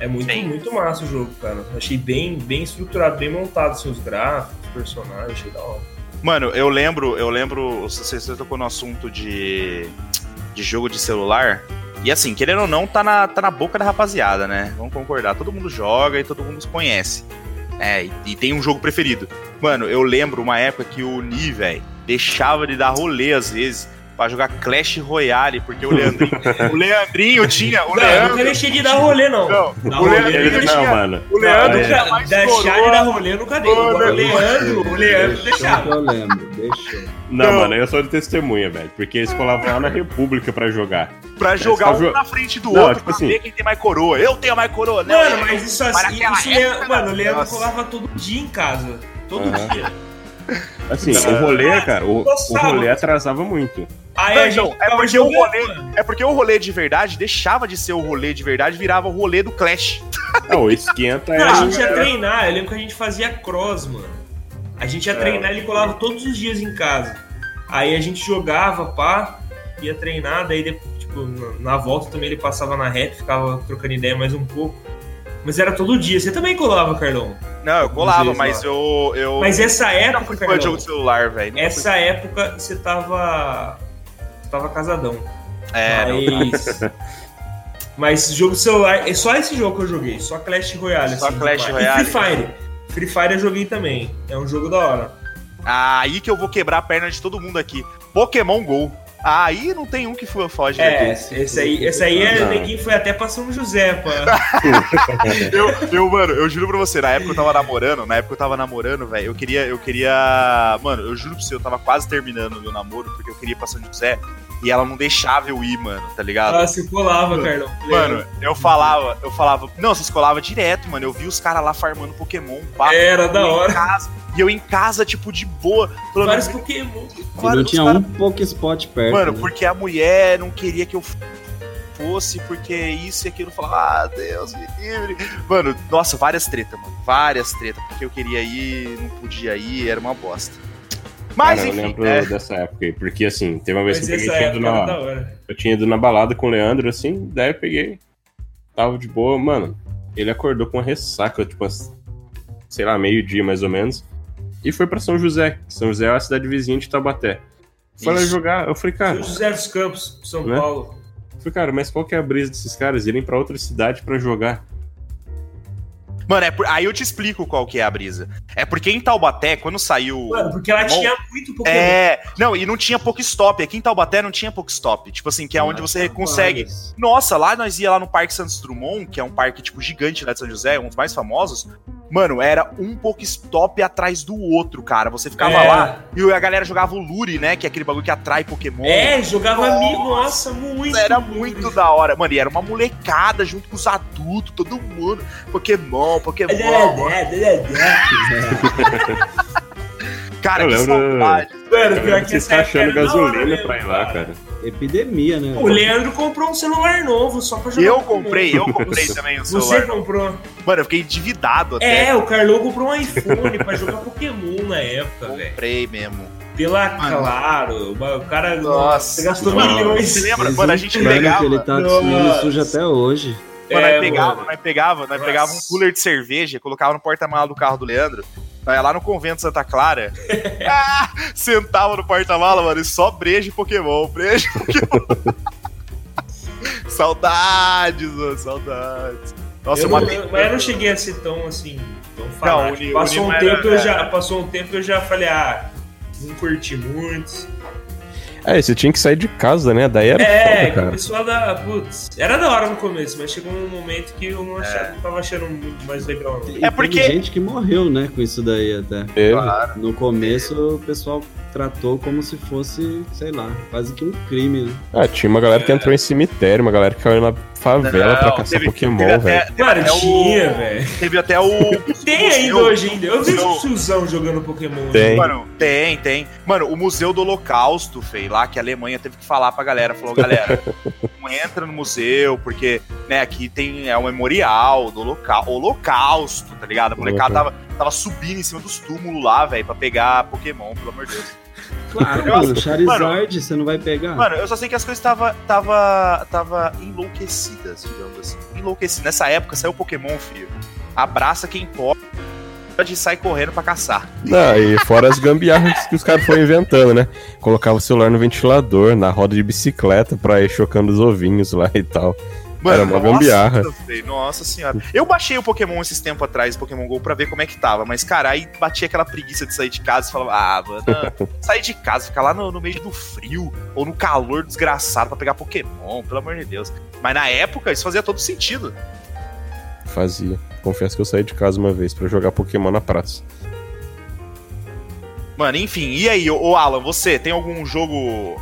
É muito, Bem. muito massa o jogo, cara. Achei bem, bem estruturado, bem montado seus gráficos, personagens, achei da hora. Mano, eu lembro, eu lembro, você, você tocou no assunto de, de jogo de celular. E assim, querendo ou não, tá na, tá na boca da rapaziada, né? Vamos concordar. Todo mundo joga e todo mundo conhece. É, e, e tem um jogo preferido. Mani, eu lembro uma época que o Ni, velho, deixava de dar rolê às vezes pra jogar Clash Royale, porque o (laughs) Leandrinho, o Leandrinho tinha. O Não, eu nunca Leandro. deixei de dar rolê, não. Não, Dá o rolê, Leandrinho ele Ele, tinha- não, mano. o Leandro Não, é. jamais Deixar de coroa. dar rolê eu nunca dei. Agora o Toda Leandro, o Leandro Deixou deixava. que eu lembro, deixou. Não, Não. mano, eu sou de testemunha, velho. Porque eles colavam lá na Ah. República pra jogar. pra jogar só um jo- na frente do Não, outro tipo pra assim- ver quem tem mais coroa. Eu tenho mais coroa, né? Mano, mas isso assim, naquela isso Leandro- época, mano, o Leandro nossa. colava todo dia em casa. Todo Aham. dia. Assim, Ah. o rolê, cara, o, o Gostava. rolê atrasava (laughs) muito. Aí Não, a então, gente é ficava porque o jogando, rolê- mano. É porque o rolê de verdade deixava de ser o rolê de verdade, virava o rolê do Clash. Não, o esquenta é É. Cara, era. a gente ia treinar, eu lembro que a gente fazia cross, mano. A gente É. ia treinar, ele colava todos os dias em casa. Aí a gente jogava, pá, ia treinar, daí depois, tipo, na- na volta também ele passava na reta, ficava trocando ideia mais um pouco. Mas era todo dia, você também colava, Carlão. Não, eu colava, Vocês lá. mas eu. eu Mas essa foi época, jogo Carlão, de celular, velho. Nunca essa época você tava. Você tava casadão. fui- É, não, Mas. Mas jogo de celular, é só esse jogo que eu joguei, só Clash Royale. Só Clash demais. E Royale. né? Free Fire. Free Fire eu joguei também. É um jogo da hora. Aí que eu vou quebrar a perna de todo mundo aqui. Pokémon Go. Aí não tem um que fu- foge É, daqui. esse, aí, esse aí é, Não. ninguém foi até pra São José, (laughs) pá. Eu, eu, mano, eu juro pra você, na época eu tava namorando, na época eu tava namorando, velho, eu queria, eu queria. Mano, eu juro pra você, eu tava quase terminando o meu namoro, porque eu queria ir pra São José e ela não deixava eu ir, mano, tá ligado? Ah, é. se colava, Carlão. Mano, eu falava, eu falava. Não, vocês colavam direto, mano. Eu vi os caras lá farmando Pokémon, pá. Era da E eu em hora. casa- e eu em casa, tipo, de boa. Falando, vários Pokémon. "Mano, E não os tinha cara- um Pokéspot perto. Mano, né? porque a mulher não queria que eu fosse, porque isso e aquilo. Eu Falava, ah, Deus me livre. Mano, nossa, várias tretas, mano. Várias tretas. Porque eu queria ir, não podia ir, era uma bosta. Mas, Cara, eu enfim, lembro né? dessa época aí, porque assim, teve uma vez é. Mas que eu essa peguei, tinha ido época era da na, hora. eu tinha ido na balada com o Leandro, assim, daí eu peguei, tava de boa, mano, ele acordou com uma ressaca, tipo, as- sei lá, meio-dia mais ou menos, e foi pra São José, São José é uma cidade vizinha de Taubaté. Foi lá Isso. jogar, eu falei, cara, São José dos Campos, São Né? Paulo. eu falei, cara, mas qual que é a brisa desses caras irem pra outra cidade pra jogar? Mano, é por- aí eu te explico qual que é a brisa. É porque em Taubaté, quando saiu. Mano, porque ela Bom, tinha muito Pokémon. É, não, e não tinha Pokestop. Aqui em Taubaté não tinha Pokestop. Tipo assim, que é Ah, onde você tá. consegue. Vários. Nossa, lá nós ia lá no Parque Santos Dumont, que é um parque, tipo, gigante lá de São José, um dos mais famosos. Mano, era um Pokestop atrás do outro, cara. Você ficava É. lá e a galera jogava o Lure, né? Que é aquele bagulho que atrai Pokémon. É, jogava amigo, nossa, muito. Era muito da hora, mano. E era uma molecada junto com os adultos, todo mundo. Pokémon, É, Pokémon. Cara, Eu que lembro- saudade. Mano, Eu lembro pior que você que é, essa tá época achando era da hora né? gasolina mesmo, pra ir lá, cara. Epidemia, né? O Leandro comprou um celular novo só pra jogar. Eu Pokémon. comprei, eu comprei também o celular. Você comprou. Mano, eu fiquei endividado até. É, o Carlão comprou um iPhone pra jogar Pokémon na época, velho. Comprei mesmo. Pela Claro, o cara Ah, Nossa. você gastou Nossa. Você milhões. lembra? Mas Mano, a um gente plano que pegava. Ele tá Nossa. sujo, sujo até hoje. Mano, É, nós pegava, mano. nós pegava, nós Nossa. pegava um cooler de cerveja, colocava no porta-mala do carro do Leandro, nós ia lá no convento de Santa (laughs) Clara, ah, sentava no porta-mala, mano, e só brejo e Pokémon, brejo e Pokémon. (laughs) saudades, mano, saudades. Nossa, eu uma não, pena. mas eu não cheguei a ser tão assim, tão o Ni- fanático. o Passou um Nima tempo era- eu já, passou um tempo eu já falei, ah, não curti muito. É, você tinha que sair de casa, né? Daí era É, foda, cara. começou a dar. Putz, era da hora no começo, mas chegou um momento que eu não, achava, não tava achando muito mais legal, não. É porque- Tem gente que morreu, né, com isso daí até. Teve. No começo, o pessoal tratou como se fosse, sei lá, quase que um crime, né? Ah, tinha uma galera que entrou em cemitério, uma galera que caiu na favela pra caçar teve- Pokémon, teve até- velho. teve Mano, até o- tinha, velho. Teve até o. Tem ainda museu- hoje ainda. Eu vejo museu- o tiozão jogando Pokémon. né? Tem. Mano, tem, tem. Mano, o Museu do Holocausto, fei, lá que a Alemanha teve que falar pra galera. Falou, galera, não entra no museu, porque, né, aqui tem é um memorial do Holoca- Holocausto, tá ligado? A molecada tava, tava subindo em cima dos túmulos lá, velho, pra pegar Pokémon, pelo amor de Deus. Claro, Eu acho- mano, Charizard, você não vai pegar. Mano, eu só sei que as coisas tava, tava, tava enlouquecidas, digamos assim. Enlouquecidas. Nessa época saiu Pokémon, filho. Abraça quem pode e sai correndo pra caçar. Não, e fora as gambiarras que os caras foram inventando, né? Colocava o celular no ventilador, na roda de bicicleta pra ir chocando os ovinhos lá e tal. Era uma nossa, gambiarra. velho, Nossa senhora. Eu baixei o Pokémon esses tempos atrás, Pokémon GO, pra ver como é que tava. Mas, cara, aí batia aquela preguiça de sair de casa e falava, ah, mano, não, (laughs) sair de casa, ficar lá no, no meio do frio ou no calor desgraçado pra pegar Pokémon, pelo amor de Deus. Mas na época isso fazia todo sentido. Fazia. Confesso que eu saí de casa uma vez pra jogar Pokémon na praça. Mano, enfim, e aí, ô ô, Alan, você tem algum jogo.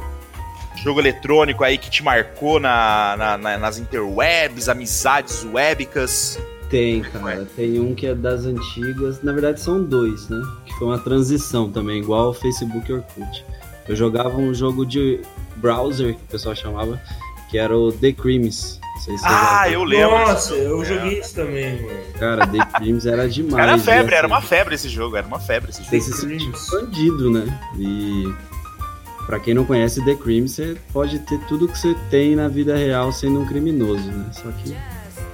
Jogo eletrônico aí que te marcou na- na- na- nas interwebs, amizades webcas. Tem, cara. Tem um que é das antigas. Na verdade, são dois, né? Que foi uma transição também, igual ao Facebook e Orkut. Eu jogava um jogo de browser, que o pessoal chamava, que era o The Creams. Não sei se você já Ah, viu. eu lembro. Nossa, eu É. joguei isso também, mano. Cara, The Creams era demais. (laughs) Era e febre, era assim, uma febre esse jogo, era uma febre esse jogo. Tem se sentir bandido, né? E pra quem não conhece The Cream, você pode ter tudo que você tem na vida real sendo um criminoso, né? Só que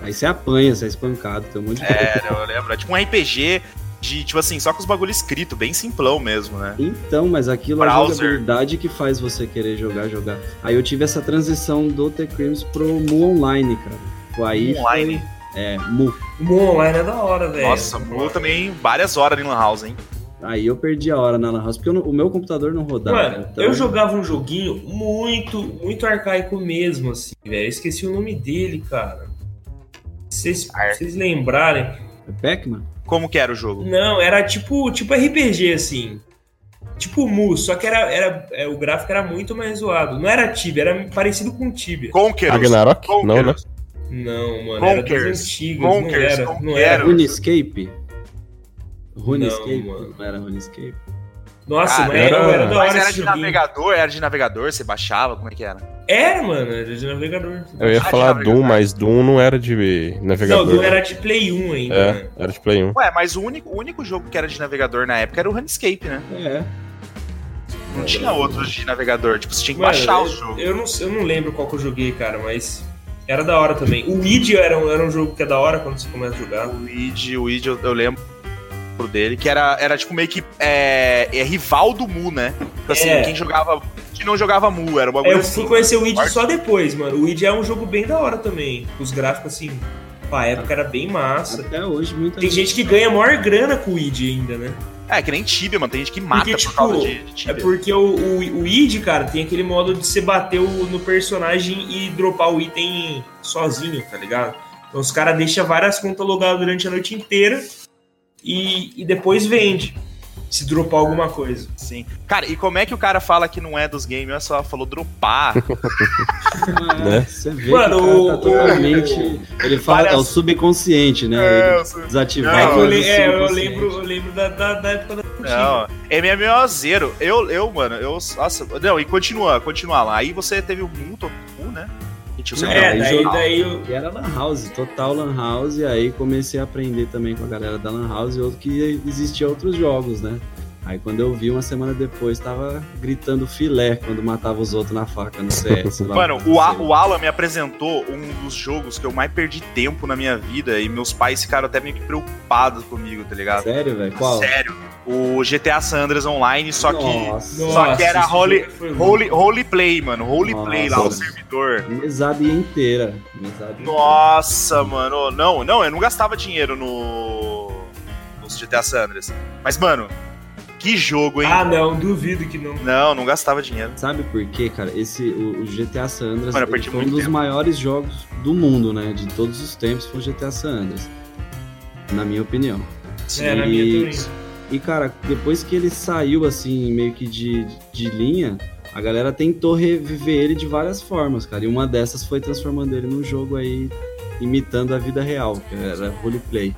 aí você apanha, você é espancado, tem um monte de coisa. Era, eu lembro. É tipo um RPG de, tipo assim, só com os bagulho escrito, bem simplão mesmo, né? Então, mas aquilo é a Browser. jogabilidade que faz você querer jogar, jogar. Aí eu tive essa transição do The Creams pro Mu Online, cara. Aí foi- Online. é, Mu. Mu online é da hora, velho. Nossa, é eu também várias horas em Lan House, hein? Aí eu perdi a hora na Lan House, porque eu não- o meu computador não rodava. Mano, então- eu jogava um joguinho muito, muito arcaico mesmo, assim, velho. Eu esqueci o nome dele, cara. Se vocês- Ar- vocês lembrarem. É Pac-Man? Como que era o jogo? Não, era tipo, tipo RPG, assim. Tipo Mu, só que era, era, é, o gráfico era muito mais zoado. Não era Tibia, era parecido com Tibia. Conquerors. Ragnarok? Não, né? Conquerors. Não, mano, era Conkers. das antigas, não Conkers, era, não Conqueros. era. RuneScape? RuneScape? Não, mano. Não, era RuneScape. Nossa, Cara, mas era, era- era da Mas hora era esse de joguinho. navegador, era de navegador, você baixava, como é que era? Era, mano, era de navegador. Eu ia Ah, de falar navegador. Doom, mas Doom não era de né? Não, navegador. não era de Play 1 ainda, né? É, era de Play 1. Ué, mas o único, o único jogo que era de navegador na época era o Runescape, né? É. Não tinha outros de navegador, tipo, você tinha que É. Mano, baixar os eu- jogos. Eu não, eu não lembro qual que eu joguei, cara, mas era da hora também. O Weed era um, era um jogo que é da hora quando você começa a jogar. O Id, o Id, eu, eu lembro dele, que era, era tipo meio que é, é rival do Mu, né? Tipo assim, É. quem jogava, quem não jogava Mu, era o É, bagulho eu assim. fui conhecer o Weed Forte. só depois, mano. O Weed é um jogo bem da hora também. Os gráficos, assim, pra época era bem massa. Até hoje, muita Tem gente que ganha maior grana com o Weed ainda, né? É, que nem Tibia, mano, tem gente que mata Porque, tipo, por causa de, de É Tibia. porque o, o, o Id, cara, tem aquele modo de você bater o- no personagem e dropar o item sozinho, tá ligado? Então os caras deixam várias contas logadas durante a noite inteira e, e depois vende. Se dropar alguma coisa. Sim. Cara, e como é que o cara fala que não é dos games? Olha só, falou dropar. (laughs) Ah, né? Você vê Mano, que o cara o- tá totalmente. Ele fala, Várias- É. é o subconsciente, né? Ele assim, desativar. Não, É que eu o le- é, eu subconsciente. lembro, eu lembro da, da, da época da antiga. não, MMO zero. Eu, eu, mano, eu. Nossa, não, e continua, continua lá. Aí você teve o Mu, to- Mu, né? E, tipo, você Não, jogava É, aí daí, jogava. daí eu. E era Lan House, total Lan House. E aí comecei a aprender também com a galera da Lan House e outro que existia outros jogos, né? Aí quando eu vi, uma semana depois, tava gritando filé quando matava os outros na faca no CS. lá. Mano, o, A- o Alan me apresentou um dos jogos que eu mais perdi tempo na minha vida e meus pais ficaram até meio que preocupados comigo, tá ligado? Sério, velho? Qual? Sério. O GTA San Andreas Online, só que. Nossa. Só que era esse role- jogo foi louco. Holy, holy Play, mano. Holy Play lá, o Nossa. servidor. Mesada inteira. Mesada inteira. Nossa, mano. oh, Não, não, eu não gastava dinheiro no. Nos GTA San Andreas. Mas, mano, que Que jogo, hein? Ah, não, duvido que não. Não, não gastava dinheiro. Sabe por quê, cara? Esse, o, o GTA San Andreas Mano, eu ele perdi foi um muito dos tempo. maiores jogos do mundo, né? De todos os tempos foi o GTA San Andreas. Na minha opinião. É, na minha também. E, cara, depois que ele saiu, assim, meio que de, de linha, a galera tentou reviver ele de várias formas, cara. E uma dessas foi transformando ele num jogo aí, imitando a vida real, que era roleplay.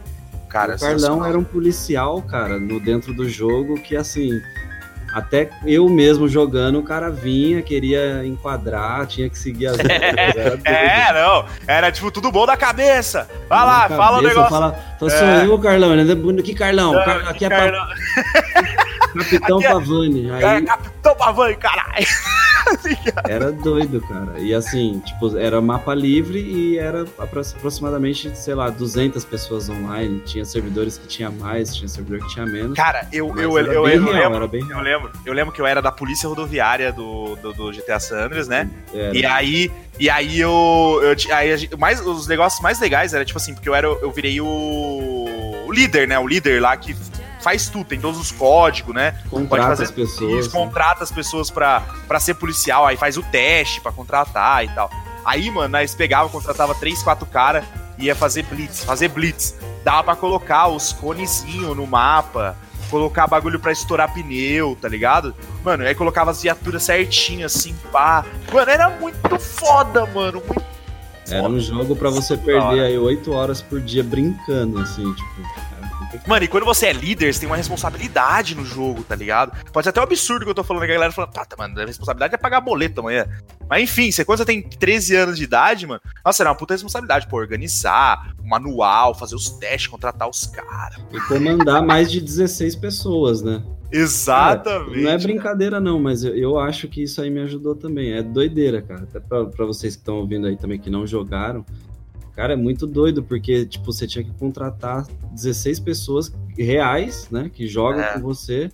Cara, assim, o Carlão era um policial, cara, no dentro do jogo que assim. Até eu mesmo jogando, o cara vinha, queria enquadrar, tinha (laughs) que seguir as regras. era doido. É, não. Era tipo, tudo bom da cabeça. Vai lá, Na fala o cabeça, negócio. Fala, tô É. sonhando, Carlão, ele é bonito. Que Carlão? Car- aqui é pa- Carlão, (laughs) Capitão aqui é- Pavani. Aí é Capitão Pavani, caralho. Era doido, cara. E assim, tipo, era mapa livre e era apro- aproximadamente, sei lá, 200 pessoas online. Tinha servidores que tinha mais, tinha servidor que tinha menos. Cara, eu, Mas eu, eu, era eu, bem eu real, né? lembro. era bem Eu real. lembro, eu lembro que eu era da polícia rodoviária do, do, do GTA San Andreas, né? Era. E aí, e aí eu. eu ti- aí a gente- mais, os negócios mais legais era tipo assim, porque eu era. Eu virei o, o líder, né? O líder lá que faz tudo, tem todos os códigos, né? Contrata fazer as pessoas. né? Isso, contrata as pessoas pra, pra ser policial, aí faz o teste pra contratar e tal. Aí, mano, nós pegava, contratava três, quatro caras e ia fazer blitz, fazer blitz. Dava pra colocar os conezinhos no mapa, colocar bagulho pra estourar pneu, tá ligado? Mano, aí colocava as viaturas certinho, assim, pá. Mano, era muito foda, mano. Muito Era foda. um jogo pra você Da perder hora. aí 8 horas por dia brincando, assim, tipo. cara, Mano, e quando você é líder, você tem uma responsabilidade no jogo, tá ligado? Pode ser até um absurdo que eu tô falando que a galera fala, tá, mano, a responsabilidade é pagar boleto amanhã. Mas enfim, você, quando você tem 13 anos de idade, mano, nossa, era uma puta responsabilidade, pô, organizar, o manual, fazer os testes, contratar os caras. E comandar mais de 16 pessoas, né? Exatamente. Não é brincadeira, não, mas eu, eu acho que isso aí me ajudou também. É doideira, cara. Até pra, pra vocês que estão ouvindo aí também que não jogaram. Cara, é muito doido, porque, tipo, você tinha que contratar 16 pessoas reais, né? Que jogam É. com você.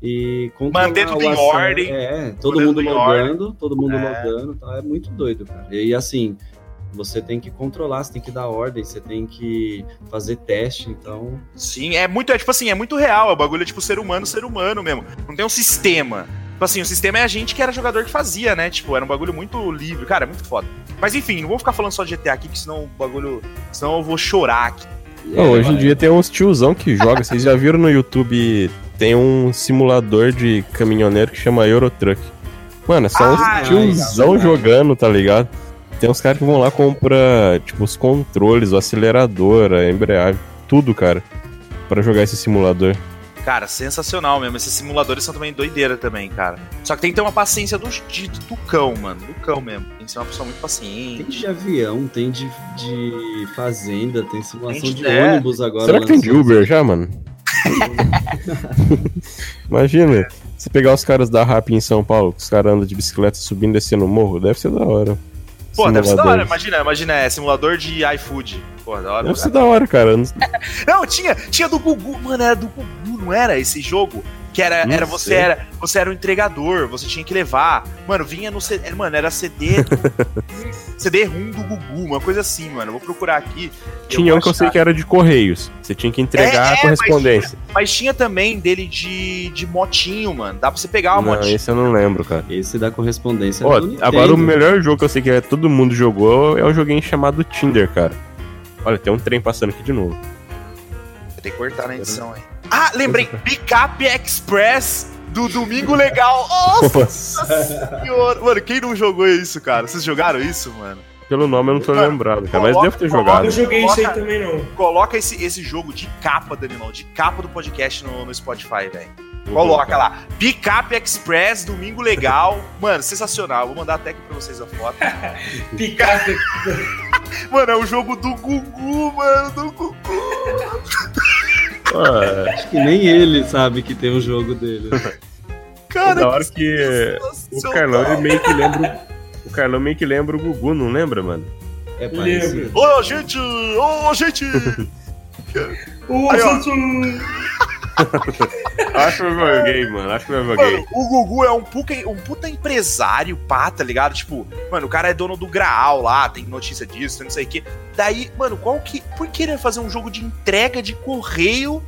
E controlar Manter tudo o em acesso. ordem. É, todo Manter mundo tudo em logando, todo mundo É. logando. Tá? É muito doido, cara. E assim, você tem que controlar, você tem que dar ordem, você tem que fazer teste, então. Sim, é muito, é tipo assim, é muito real. É o bagulho é tipo ser humano, ser humano mesmo. Não tem um sistema. Tipo assim, o sistema é a gente que era jogador que fazia, né? Tipo, era um bagulho muito livre. Cara, é muito foda. Mas enfim, não vou ficar falando só de GTA aqui, que senão o bagulho. Senão eu vou chorar aqui. Pô, é, hoje em dia tem uns tiozão que joga. Vocês já viram no YouTube? Tem um simulador de caminhoneiro que chama Eurotruck. Mano, é só Ah, uns tiozão legal. jogando, tá ligado? Tem uns caras que vão lá comprar, tipo, os controles, o acelerador, a embreagem, tudo, cara. Pra jogar esse simulador. Cara, sensacional mesmo. Esses simuladores são também doideira também, cara. Só que tem que ter uma paciência do, de, do cão, mano. Do cão mesmo. Tem que ser uma pessoa muito Tem paciente. de avião, tem de, de fazenda, tem simulação Tem de- de é. ônibus agora. Será que tem de lançou. Uber já, mano? Imagina, se pegar os caras da Rap em São Paulo, que os caras andam de bicicleta subindo e descendo o morro, deve ser da hora. Pô, deve ser da hora. Simuladores. Imagina, imagina, é simulador de iFood. Pô, da hora. Deve ser da hora, cara. Não, tinha, tinha do Gugu, mano, era do Gugu, não era esse jogo? Que era, Não era você sei. era, você era o entregador, você tinha que levar. Mano, vinha no CD, mano, era (laughs) CD do- CD rum do Gugu, uma coisa assim, mano. Eu vou procurar aqui. Tinha um que eu sei achar. que era de Correios. Você tinha que entregar É, a é, correspondência. Mas tinha também dele de, de motinho, mano. Dá pra você pegar uma não, motinha. esse eu não lembro, cara. Esse da correspondência. Ó, do Nintendo. agora o melhor jogo que eu sei que é todo mundo jogou é um joguinho chamado Tinder, cara. Olha, tem um trem passando aqui de novo. Tem que cortar na edição aí. Ah, lembrei. Picap Express do Domingo Legal. Nossa senhora. Mano, quem não jogou isso, cara? Vocês jogaram isso, mano? Pelo nome eu não tô Cara, lembrado, cara, mas coloca- devo ter coloca jogado. Eu joguei isso aí Bota- também, não. Coloca esse, esse jogo de capa, Danilão, de capa do podcast no, no Spotify, velho. Coloca lá. Picap Express, Domingo (laughs) Legal. Mano, sensacional. Vou mandar até aqui pra vocês a foto. Picada. Mano, é o jogo do Gugu, mano, do Gugu. Ah, Acho que nem ele sabe que tem um (laughs) jogo dele. Cara, é da hora que o sensacional. Carlão ele meio que lembra. O Carlão meio que lembra o Gugu, não lembra, mano? É Lembro. parecido. Ô, gente! Ô, (laughs) gente! O Aí, ó. Samsung. Acho que eu joguei, mano. Acho que eu joguei. Mano, o Gugu é um puta, um puta empresário, pá, tá ligado? Tipo, mano, o cara é dono do Graal lá, tem notícia disso, tem não sei o quê. Daí, mano, qual que. Por que ele vai fazer um jogo de entrega de correio,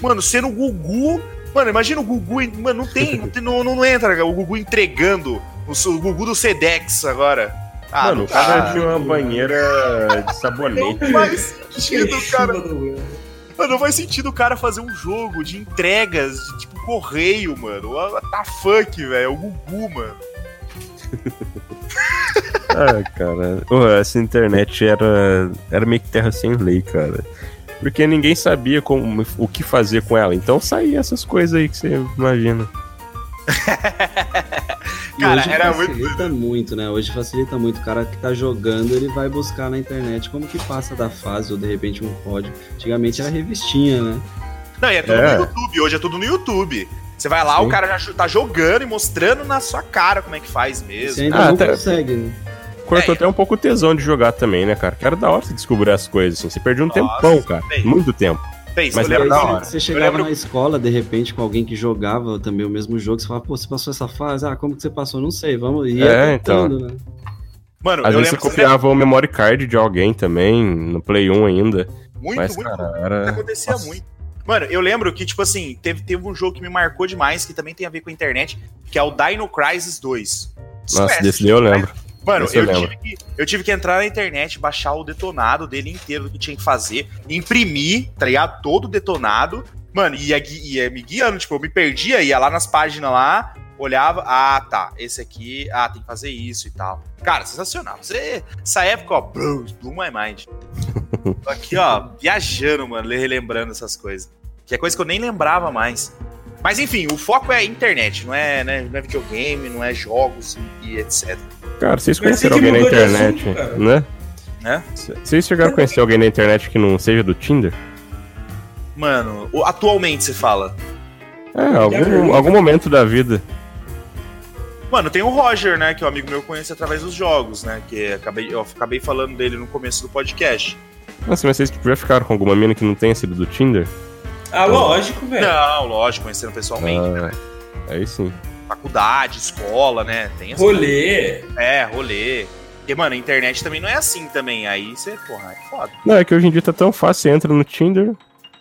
mano, sendo o Gugu? Mano, imagina o Gugu. em- Mano, não tem. Não, tem- não, não entra cara, o Gugu entregando. O, su- o Gugu do Sedex agora. Ah, Mano, o não dá. cara é tinha uma banheira de sabonete. (laughs) Não faz sentido, cara. Chuva do- Mano, não faz sentido o cara fazer um jogo de entregas, de, tipo correio, mano. What the fuck, velho? É O Gugu, mano. Ah, cara. Ô, essa internet era, era meio que terra sem lei, cara. Porque ninguém sabia como, o que fazer com ela. Então saía essas coisas aí que você imagina. E Cara, hoje era muito facilita muito... né? Hoje facilita muito. O cara que tá jogando, ele vai buscar na internet como que passa da fase, ou de repente um código. Antigamente era revistinha, né? Não, e é tudo É. no YouTube. Hoje é tudo no YouTube. Você vai lá, o Sim. cara já jo- tá jogando e mostrando na sua cara como é que faz mesmo. Você ainda Ah, não até- consegue, né? Cortou É. até um pouco o tesão de jogar também, né, cara? Que era da hora você descobrir as coisas, assim. Você perdeu um Nossa, tempão, cara. bem. Muito tempo. Fez, é Mas eu lembro era da quando- hora. Você chegava lembro- na escola, de repente, com alguém que jogava também o mesmo jogo, você falava, pô, você passou essa fase? Ah, como que você passou? Não sei, vamos... E ia É, então. tentando, né? Mano, Às eu vezes lembro você que copiava o memory card de alguém também, no Play 1 ainda. muito, mas, muito, cara, Isso era... acontecia Nossa. muito. Mano, eu lembro que, tipo assim, teve, teve um jogo que me marcou demais, que também tem a ver com a internet, que é o Dino Crisis 2. Isso Nossa, é, desse daí eu lembro. Mano, Esse eu eu tive, lembro. que, eu tive que entrar na internet, baixar o detonado dele inteiro do que tinha que fazer, imprimir, tá ligado? Todo o detonado. Mano, ia, gui- ia me guiando, tipo, eu me perdia, ia lá nas páginas lá, olhava, ah, tá, esse aqui, ah, tem que fazer isso e tal. Cara, sensacional. Você, essa época, ó, bro, blow my mind. (laughs) Tô aqui, ó, viajando, mano, relembrando essas coisas. Que é coisa que eu nem lembrava mais. Mas enfim, o foco é internet, não é, né, não é videogame, não é jogos e- e etc. Cara, vocês Mas conheceram tem que alguém na mudar de internet, assunto, cara. né? Né? C- Vocês chegaram a conhecer alguém na internet que não seja do Tinder? Mano, o- atualmente você fala. É, algum, algum momento da vida. Mano, tem o Roger, né? Que é um amigo meu que eu conheço através dos jogos, né? Que acabei, eu acabei falando dele no começo do podcast. Nossa, mas vocês tipo, já ficaram com alguma mina que não tenha sido do Tinder? Ah, lógico, velho. Não, lógico, conhecendo pessoalmente. Ah, aí sim. Faculdade, escola, né? Tem as- Rolê. É, rolê. Porque, mano, a internet também não é assim também. Aí você, porra, é foda. Não, é que hoje em dia tá tão fácil, você entra no Tinder,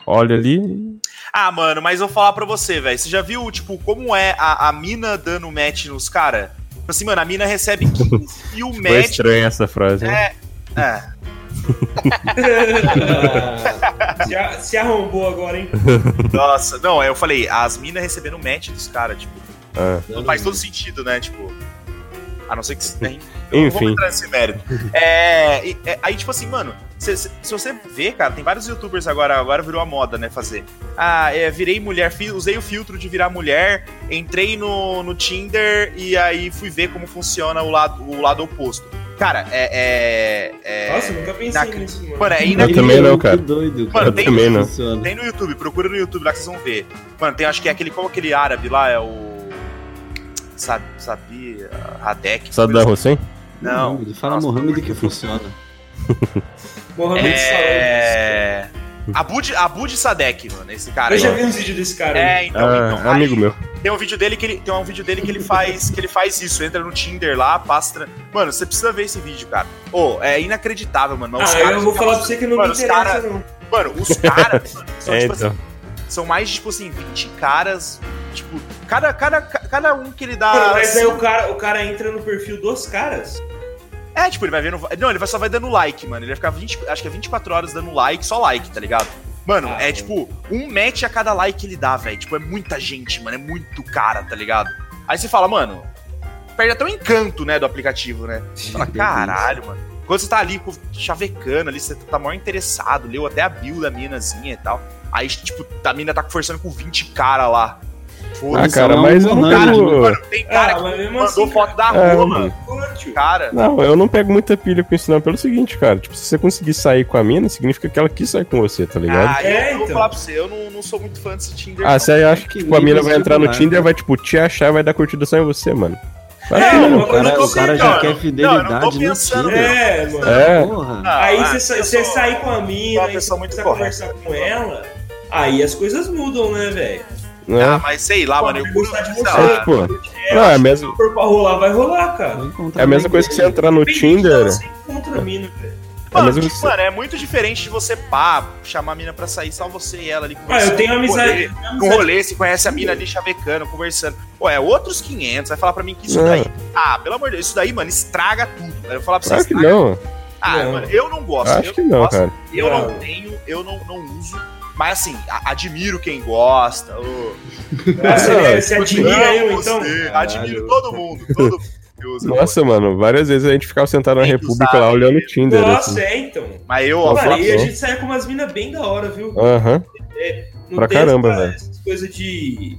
olha ali e... Ah, mano, mas eu vou falar pra você, velho. Você já viu, tipo, como é a, a mina dando match nos caras? Tipo assim, mano, a mina recebe 15 mil Foi match. estranha essa frase, né? É. Já se arrombou agora, hein? Nossa, não, eu falei, as minas recebendo match dos caras, tipo, Ah. não faz todo sentido, né? Tipo, a não ser que se tem. Enfim. Vamos entrar nesse mérito. É, e- é, aí, tipo assim, mano, se, se- se você vê, cara, tem vários youtubers agora, agora virou a moda, né? Fazer. Ah, é, virei mulher, fi- usei o filtro de virar mulher, entrei no, no Tinder e aí fui ver como funciona o lado, o lado oposto. Cara, é. é, é- Nossa, eu nunca pensei Na- nisso, mano. mano, é Aí, inacreditável. também não, meu, cara. Que doido, Mano, cara. tem- também não. Funciona. Tem no YouTube, procura no YouTube lá que vocês vão ver. Mano, tem acho que é aquele. Qual aquele árabe lá? É o. Sa- Sabia. Radek. Saddam Hussein? Não. Mohamed, Fala Nossa. Mohamed que funciona. Mohamed Salah. É. Abud, Abud Sadek, mano, esse cara. Eu aí. já vi uns vídeos desse cara. aí. É, então, ah, então. amigo meu. Aí Tem um vídeo dele que ele tem um vídeo dele que ele faz que ele faz isso, entra no Tinder lá, passa. Mano, você precisa ver esse vídeo, cara. Ô, é inacreditável, mano. Os Ah, caras eu ficam- vou assim, falar pra você que não Mano, me os interessa, cara- não. Mano, (laughs) os caras mano, são É, tipo assim, então. são mais tipo assim 20 caras, tipo, cada cada cada um que ele dá Mano, mas aí o cara, o cara entra no perfil dos caras. É, tipo, ele vai vendo. Não, ele vai- só vai dando like, mano. Ele vai ficar 20, acho que é 24 horas dando like, só like, tá ligado? Mano, Ah, é mano. tipo, um match a cada like que ele dá, velho. Tipo, é muita gente, mano. É muito cara, tá ligado? Aí você fala, mano, perde até o encanto, né, do aplicativo, né? Você Ah, fala, caralho, mano. Quando você tá ali com- chavecando ali, você tá maior interessado, leu até a build da minazinha e tal. Aí, tipo, a mina tá conversando com 20 cara lá. Ah, Foda-se. cara, não, mas eu não, não cara, pego... mano, tem cara Ah, é um que mas mesmo mandou assim, foto da É, rua, mano. mano. Pô, tio. Cara. Não, eu não pego muita pilha com isso não, pelo seguinte, cara. Tipo, se você conseguir sair com a mina, significa que ela quis sair com você, tá ligado? Ah, eu- É, eu vou então. falar pra você, eu não, não sou muito fã desse Tinder. Ah, não. você aí acha que Que tipo, a mina nível vai entrar no celular, Tinder cara. vai, tipo, te achar, vai dar curtida só em você, mano. Vai É, tomar no cu. uma O cara, tô o cara pensando, já quer não, fidelidade eu não tô no pensando, Tinder. É, mano. É, Porra. Não, Aí ah, você eu você sou- sair com a sou mina, uma aí você pessoa muito começa a correta. conversar com ela, aí as coisas mudam, né, velho? Ah, né? mas sei lá, Pô, mano, eu eu gostar de sei você. lá. É, tipo, não, é, a mesma, Se for pra rolar, vai rolar, cara. Vou encontrar é a mesma na coisa que você igreja. entrar no Tem gente que Tinder. fala assim contra a mina, velho. Mano, mas eu- tipo, mano, é muito diferente de você pá, chamar a mina pra sair, só você e ela ali Ah, eu tenho um amizade. rolê, eu tenho Um amizade- rolê, você conhece a mina ali chavecando, conversando. Pô, é outros 500. Vai falar pra mim que isso Não. daí. Ah, pelo amor de Deus, isso daí, mano, estraga tudo. Eu vou falar pra Claro vocês. que não. Ah, Não. mano, eu não gosto. Acho eu que não, gosto, cara. Eu não, Não. tenho, eu não, não uso. Mas assim, a- admiro quem gosta. ô. Ah, Você você admira Não, eu, você, então? Admiro todo mundo. Todo mundo que usa. Nossa, mano, várias vezes a gente ficava sentado na Tem que República usar, lá olhando o velho. Tinder. assim. Nossa, é, então. Mas eu, ó, Nossa, Cara, falo- e a bom. gente saiu com umas minas bem da hora, viu? Aham. Não pra tem caramba, essa- velho. essas coisas de.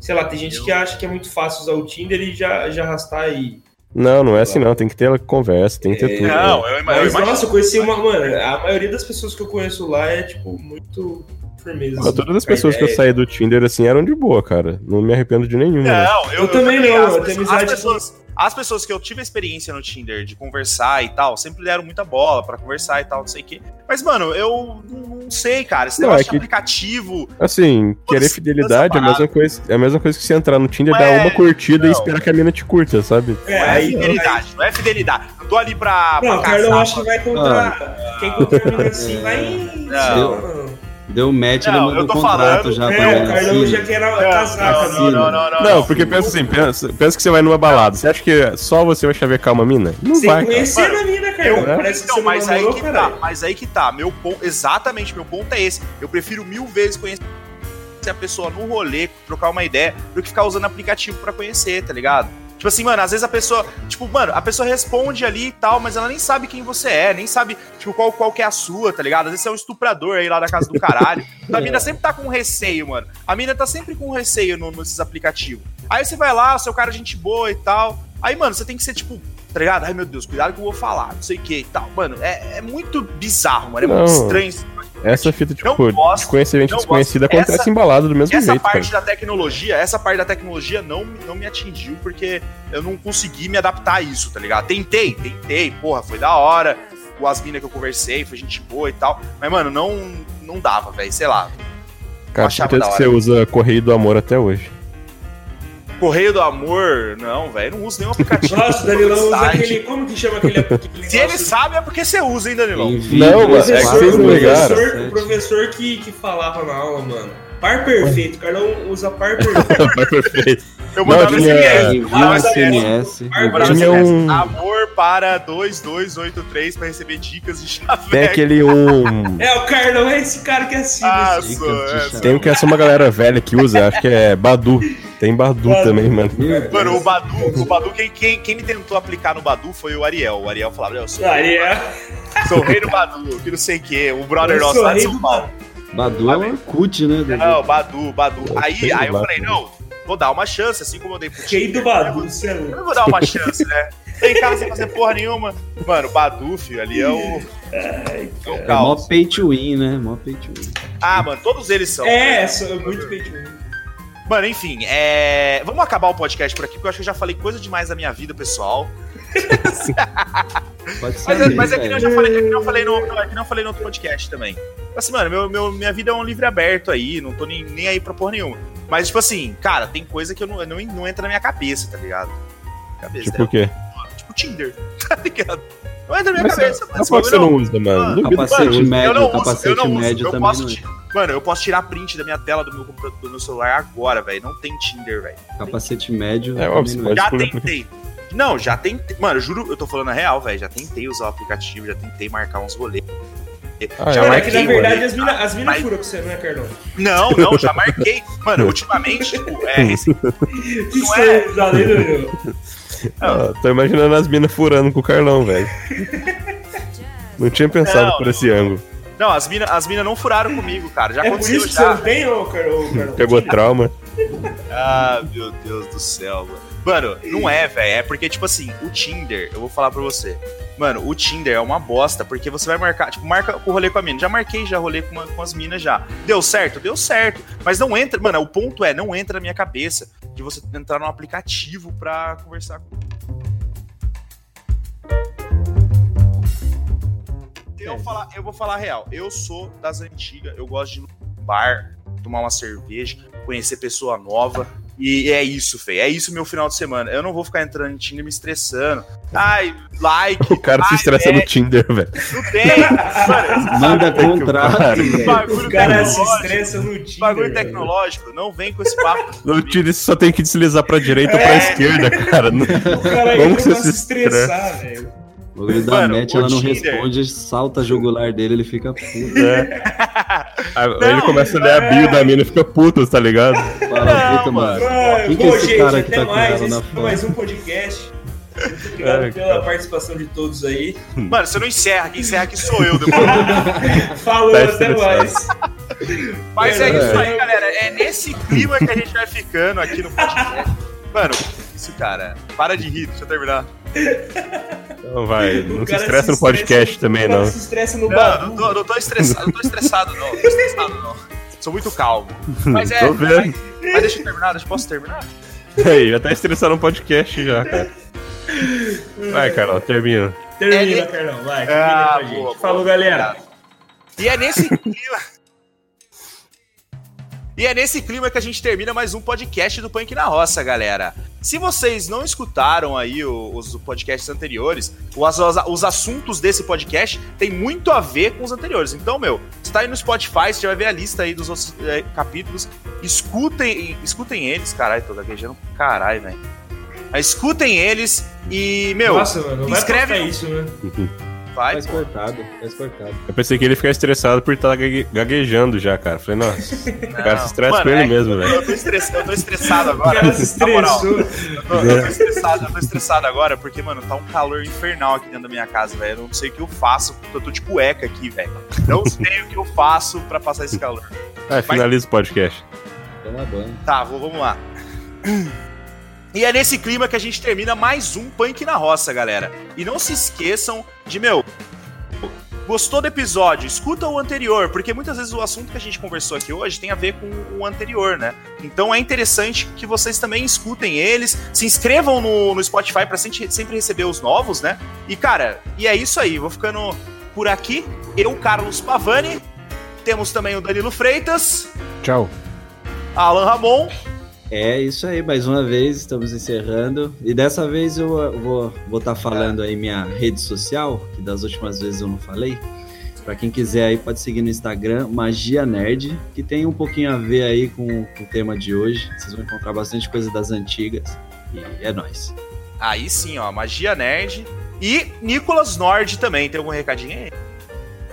Sei lá, tem gente que acha que é muito fácil usar o Tinder e já, já arrastar e. Não, não é assim não. Tem que ter conversa, tem que ter É, tudo. né? não, eu, ima- eu Mas, imagino. nossa, eu conheci uma. Mano, a maioria das pessoas que eu conheço lá é, tipo, muito firmeza. Mas assim, todas as com a pessoas que eu ideia. saí do Tinder, assim, eram de boa, cara. Não me arrependo de nenhuma. né? Não, eu, Eu também não, eu tenho pessoas- amizade com- pessoas, as pessoas que eu tive experiência no Tinder de conversar e tal, sempre deram muita bola pra conversar e tal, não sei o quê. Mas, mano, eu não não sei, cara. Esse Não, negócio é de que- aplicativo. Assim, querer Nossa, fidelidade é a, parada. mesma coisa, é a mesma coisa que você entrar no Tinder, Ué, dar uma curtida e não. esperar que a mina te curta, sabe? É, Não é né? aí. fidelidade, não é fidelidade. Não tô ali pra. Não, pra o Carlão casar, acho que vai encontrar. Ah. Quem encontrar a mina assim É. vai. Não. Deu um match, Não, ele eu mandou tô contrato falando- já pra É, o ela, Carlão assim. já quer era É, Não, casaca, não, não, não, não, não, Não, porque pensa assim, pensa, pensa que você vai numa balada. Você acha que só você vai chavecar uma mina? Não Sem vai. Né? cara. conhecer Mano, a mina, Carlão. eu- Parece que Então, você não mas aí namorou, que tá, caralho. mas aí que tá. Meu ponto, exatamente, meu ponto é esse. Eu prefiro mil vezes conhecer a pessoa no rolê, trocar uma ideia, do que ficar usando aplicativo pra conhecer, tá ligado? Tipo assim, mano, às vezes a pessoa, tipo, mano, a pessoa responde ali e tal, mas ela nem sabe quem você é, nem sabe, tipo, qual, qual que é a sua, tá ligado? Às vezes você é um estuprador aí lá da casa do caralho. É. A mina sempre tá com receio, mano. A mina tá sempre com receio no- nesses aplicativos. Aí você vai lá, o seu cara é gente boa e tal. Aí, mano, você tem que ser, tipo, tá ligado? Ai, meu Deus, cuidado que eu vou falar, não sei o que e tal. Mano, é, é muito bizarro, mano. É Não. muito estranho. esse- Essa fita, Não tipo, gosto, de conhecer gente não desconhecida gosto. acontece Essa- em balada do mesmo Essa jeito, parte cara. da tecnologia, essa parte da tecnologia não, não me atingiu, porque eu não consegui me adaptar a isso, tá ligado? Tentei, tentei, porra, foi da hora. Com as minas que eu conversei, foi gente boa e tal. Mas, mano, não, não dava, velho. Sei lá. Cara, achava certeza da que hora. você usa Correio do Amor até (laughs) hoje. Correio do amor, não, velho. Não uso nenhum aplicativo. Nossa, o Danilão usa Site. aquele. Como que chama aquele aquele tá. Se ele negócio? sabe, é porque você usa, hein, Danilão? Envia Não, dois, mano, é que quatro, vocês não o ligaram. professor, o sete. professor que, que falava na aula, mano. Par perfeito. O Carlão usa par (laughs) Então perfeito. Perfeito. Eu Não, mandava tinha- SMS. Envia Ah, um mas é- SMS. Tinha Mandava Tinha SMS. um- Amor para 2283 pra receber dicas de Tem chaveco. aquele um. é, o Carlão é esse cara que assina. Ah, esse- só, Dicas de é, chá. Tem um que é só uma galera velha que usa, acho que é Badu. Tem Badu Badu. também, mano. Meu Mano, o Badu, o Badu quem, quem, quem me tentou aplicar no Badu foi o Ariel. O Ariel falava, eu sou, Ah, ele é. sou o rei do Badu, que não sei o quê. O brother Eu nosso sou lá de rei São do Paulo. Badu é o Orkut, né? Dudu? Não, Badu, Badu. Eu Aí, sei aí eu lá, falei, cara. não, vou dar uma chance, assim como eu dei pro Rei do Badu, você é Eu louco. não vou dar (laughs) uma chance, né? Tem em casa sem fazer porra nenhuma. Mano, Badu, filho, ali é o. É o É mó caos. pay to win, né? Mó pay to win. Ah, mano, todos eles são. É, só- é muito peito. Mano, enfim, é... vamos acabar o podcast por aqui, porque eu acho que eu já falei coisa demais da minha vida, pessoal. Pode ser. Mas, é, mas é que nem velho. eu já falei, é que nem eu falei no, é que nem eu falei no outro podcast também. Assim, mano, meu, meu- minha vida é um livre aberto aí, não tô nem, nem aí pra porra nenhuma. Mas, tipo assim, cara, tem coisa que eu não, eu não, não entra na minha cabeça, tá ligado? Cabeça, Tipo né? o quê? tipo Tinder, (laughs) tá ligado? Não entra na minha Mas cabeça, mano. Não esse fala que bagulho você não- Ah, não usa, mano. Duvido. Mano, Capacete eu não médio, uso, eu capacete não uso, médio eu também. posso não é. ti- Mano, eu posso tirar print da minha tela do meu, computador, do meu celular agora, velho. Não tem Tinder, velho. Capacete médio. É também óbvio, você não é. pode Já escolher. tentei. Não, já tentei. Mano, eu juro, eu tô falando a real, velho. Já tentei usar o aplicativo, já tentei marcar uns rolês. Ah, Já eu Cara, é marquei, que na mano. verdade as minas as mina Mas- furam com você, não é, Carlão? Não, não, já marquei. Mano, ultimamente, tipo, é, esse- (laughs) Que Não é. você tá lendo, meu? Ah, tô imaginando as minas furando com o Carlão, velho. Não tinha pensado Não, por esse ângulo. Não, as minas as mina não furaram comigo, cara. Já É por aconteceu isso que você já. não tem, ô, Carlão? ô, Carlão? Pegou trauma. Ah, meu Deus do céu, mano. Mano, não é, velho. É porque, tipo assim, o Tinder, eu vou falar pra você. Mano, o Tinder é uma bosta, porque você vai marcar, tipo, marca o rolê com a mina. Já marquei, já rolê com, uma- com as minas já. Deu certo? Deu certo. Mas não entra, mano, o ponto é, não entra na minha cabeça de você entrar num aplicativo pra conversar com. Eu, vou falar, eu vou falar a real. Eu sou das antigas, eu gosto de ir num bar, tomar uma cerveja, conhecer pessoa nova. E é isso, Fê. É isso meu final de semana. Eu não vou ficar entrando no Tinder me estressando. Ai, like. O cara se ai, estressa no é, Tinder, velho. Não tem. Mano, Manda que contrato, pariu. esse velho. bagulho O cara se né? tecnológico. estressa no Tinder. Bagulho velho. tecnológico. Não vem com esse papo. No Tinder você só tem que deslizar pra direita ou pra esquerda, cara. Não- O cara Como entra que você pra se se estressar, velho. O bagulho da Mano, match, o ela não Tinder- responde, salta a jugular dele, ele (laughs) fica puto. É. Aí ele começa a ler a bio da mina e fica puto, tá ligado? Fala, Não, puta, mano. Mano, Quem que é Ah, bom, esse gente, cara que até tá com mais. ela na Esse foi foto? mais um (laughs) podcast. Muito obrigado É, pela cara. participação de todos aí. Mano, você não encerra. Quem encerra aqui sou eu. Depois. Falou, Tá até estressado. mais. Mas é É. isso aí, galera. É nesse clima que a gente vai ficando aqui no podcast. Mano, isso, cara. Para de rir. Deixa eu terminar. Então vai, O não se cara estressa no podcast também, O cara não. se estressa no Não, não bagulho. tô, não tô estressado. Não tô estressado, não. Não tô estressado, não. Sou muito calmo. Mas é. Tô vendo. Mas, mas deixa eu terminar. Deixa, posso terminar? Aí, já tá estressado no podcast já, cara. Vai, Carol, termina. Termina, É, Carlão, vai. Ah, termina com a gente. boa, boa. Falou, galera. E é nesse clima. E é nesse clima que a gente termina mais um podcast do Punk na Roça, galera. Se vocês não escutaram aí o- os podcasts anteriores, os, os- os assuntos desse podcast têm muito a ver com os anteriores. Então, meu, você tá aí no Spotify, você já vai ver a lista aí dos outros eh, capítulos. Escutem, escutem eles. Caralho, tô gaguejando. pra Caralho, velho. Mas escutem eles e, meu, Nossa, mano, não vai escreve- cortar isso, né? vai. Faz cortado, faz cortado. Eu pensei que ele ia ficar estressado por estar gague- gaguejando já, cara. Falei, nossa, o cara se estressa Mano, com ele é- mesmo, velho. Eu tô, estress- eu tô estressado O agora. cara se Na moral. estressou. Eu tô, eu tô estressado, eu tô estressado agora, porque, mano, tá um calor infernal aqui dentro da minha casa, velho. Eu não sei o que eu faço, porque eu tô de cueca aqui, velho. Não sei o que eu faço pra passar esse calor. Vai, Ah, finaliza o podcast. Toma banho. Tá, vou- vamos lá. E é nesse clima que a gente termina mais um Punk na Roça, galera. E não se esqueçam de, meu, gostou do episódio, escuta o anterior, porque muitas vezes o assunto que a gente conversou aqui hoje tem a ver com o anterior, né? Então é interessante que vocês também escutem eles, se inscrevam no, no Spotify pra sempre, sempre receber os novos, né? E, cara, e é isso aí. Vou ficando por aqui. Eu, Carlos Pavani. Temos também o Danilo Freitas, Tchau. Alan Ramon. É isso aí, mais uma vez estamos encerrando. E dessa vez eu ah, vou estar vou tá falando aí minha rede social, que das últimas vezes eu não falei. Pra quem quiser aí, pode seguir no Instagram, Magia Nerd, que tem um pouquinho a ver aí com, com o tema de hoje. Vocês vão encontrar bastante coisa das antigas. E é nóis. Aí sim, ó, Magia Nerd. E Nicolas Nord também, tem algum recadinho aí?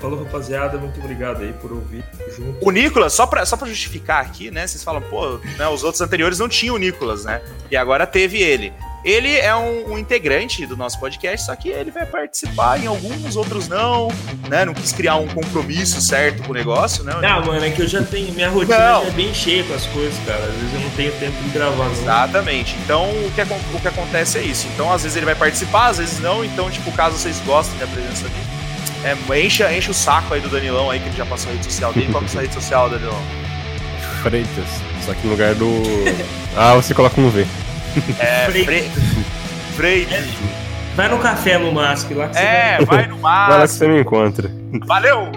Falou, rapaziada. Muito obrigado aí por ouvir. Tamo Junto. O Nicolas, só pra, só pra justificar aqui, né? Vocês falam, pô, né, os outros anteriores não tinham o Nicolas, né? E agora teve ele. Ele é um, um integrante do nosso podcast, só que ele vai participar em alguns, outros não, né? Não quis criar um compromisso certo com o negócio, né? Ah, mano, é que eu já tenho. Minha rotina Não. já é bem cheia com as coisas, cara. Às vezes eu não tenho tempo de gravar, não. Exatamente. Então, o que, acon- o que acontece é isso. Então, às vezes ele vai participar, às vezes não. Então, tipo, caso vocês gostem da presença dele, é, encha, enche o saco aí do Danilão aí, que ele já passou a rede social dele. Qual que é a sua rede social, Danilão? Freitas. Só que no lugar do. Ah, você coloca um V. É, Freitas. Fre... Freitas. Vai no café no Mask lá que você É, vai no Vai lá mar. que você me encontra. Valeu!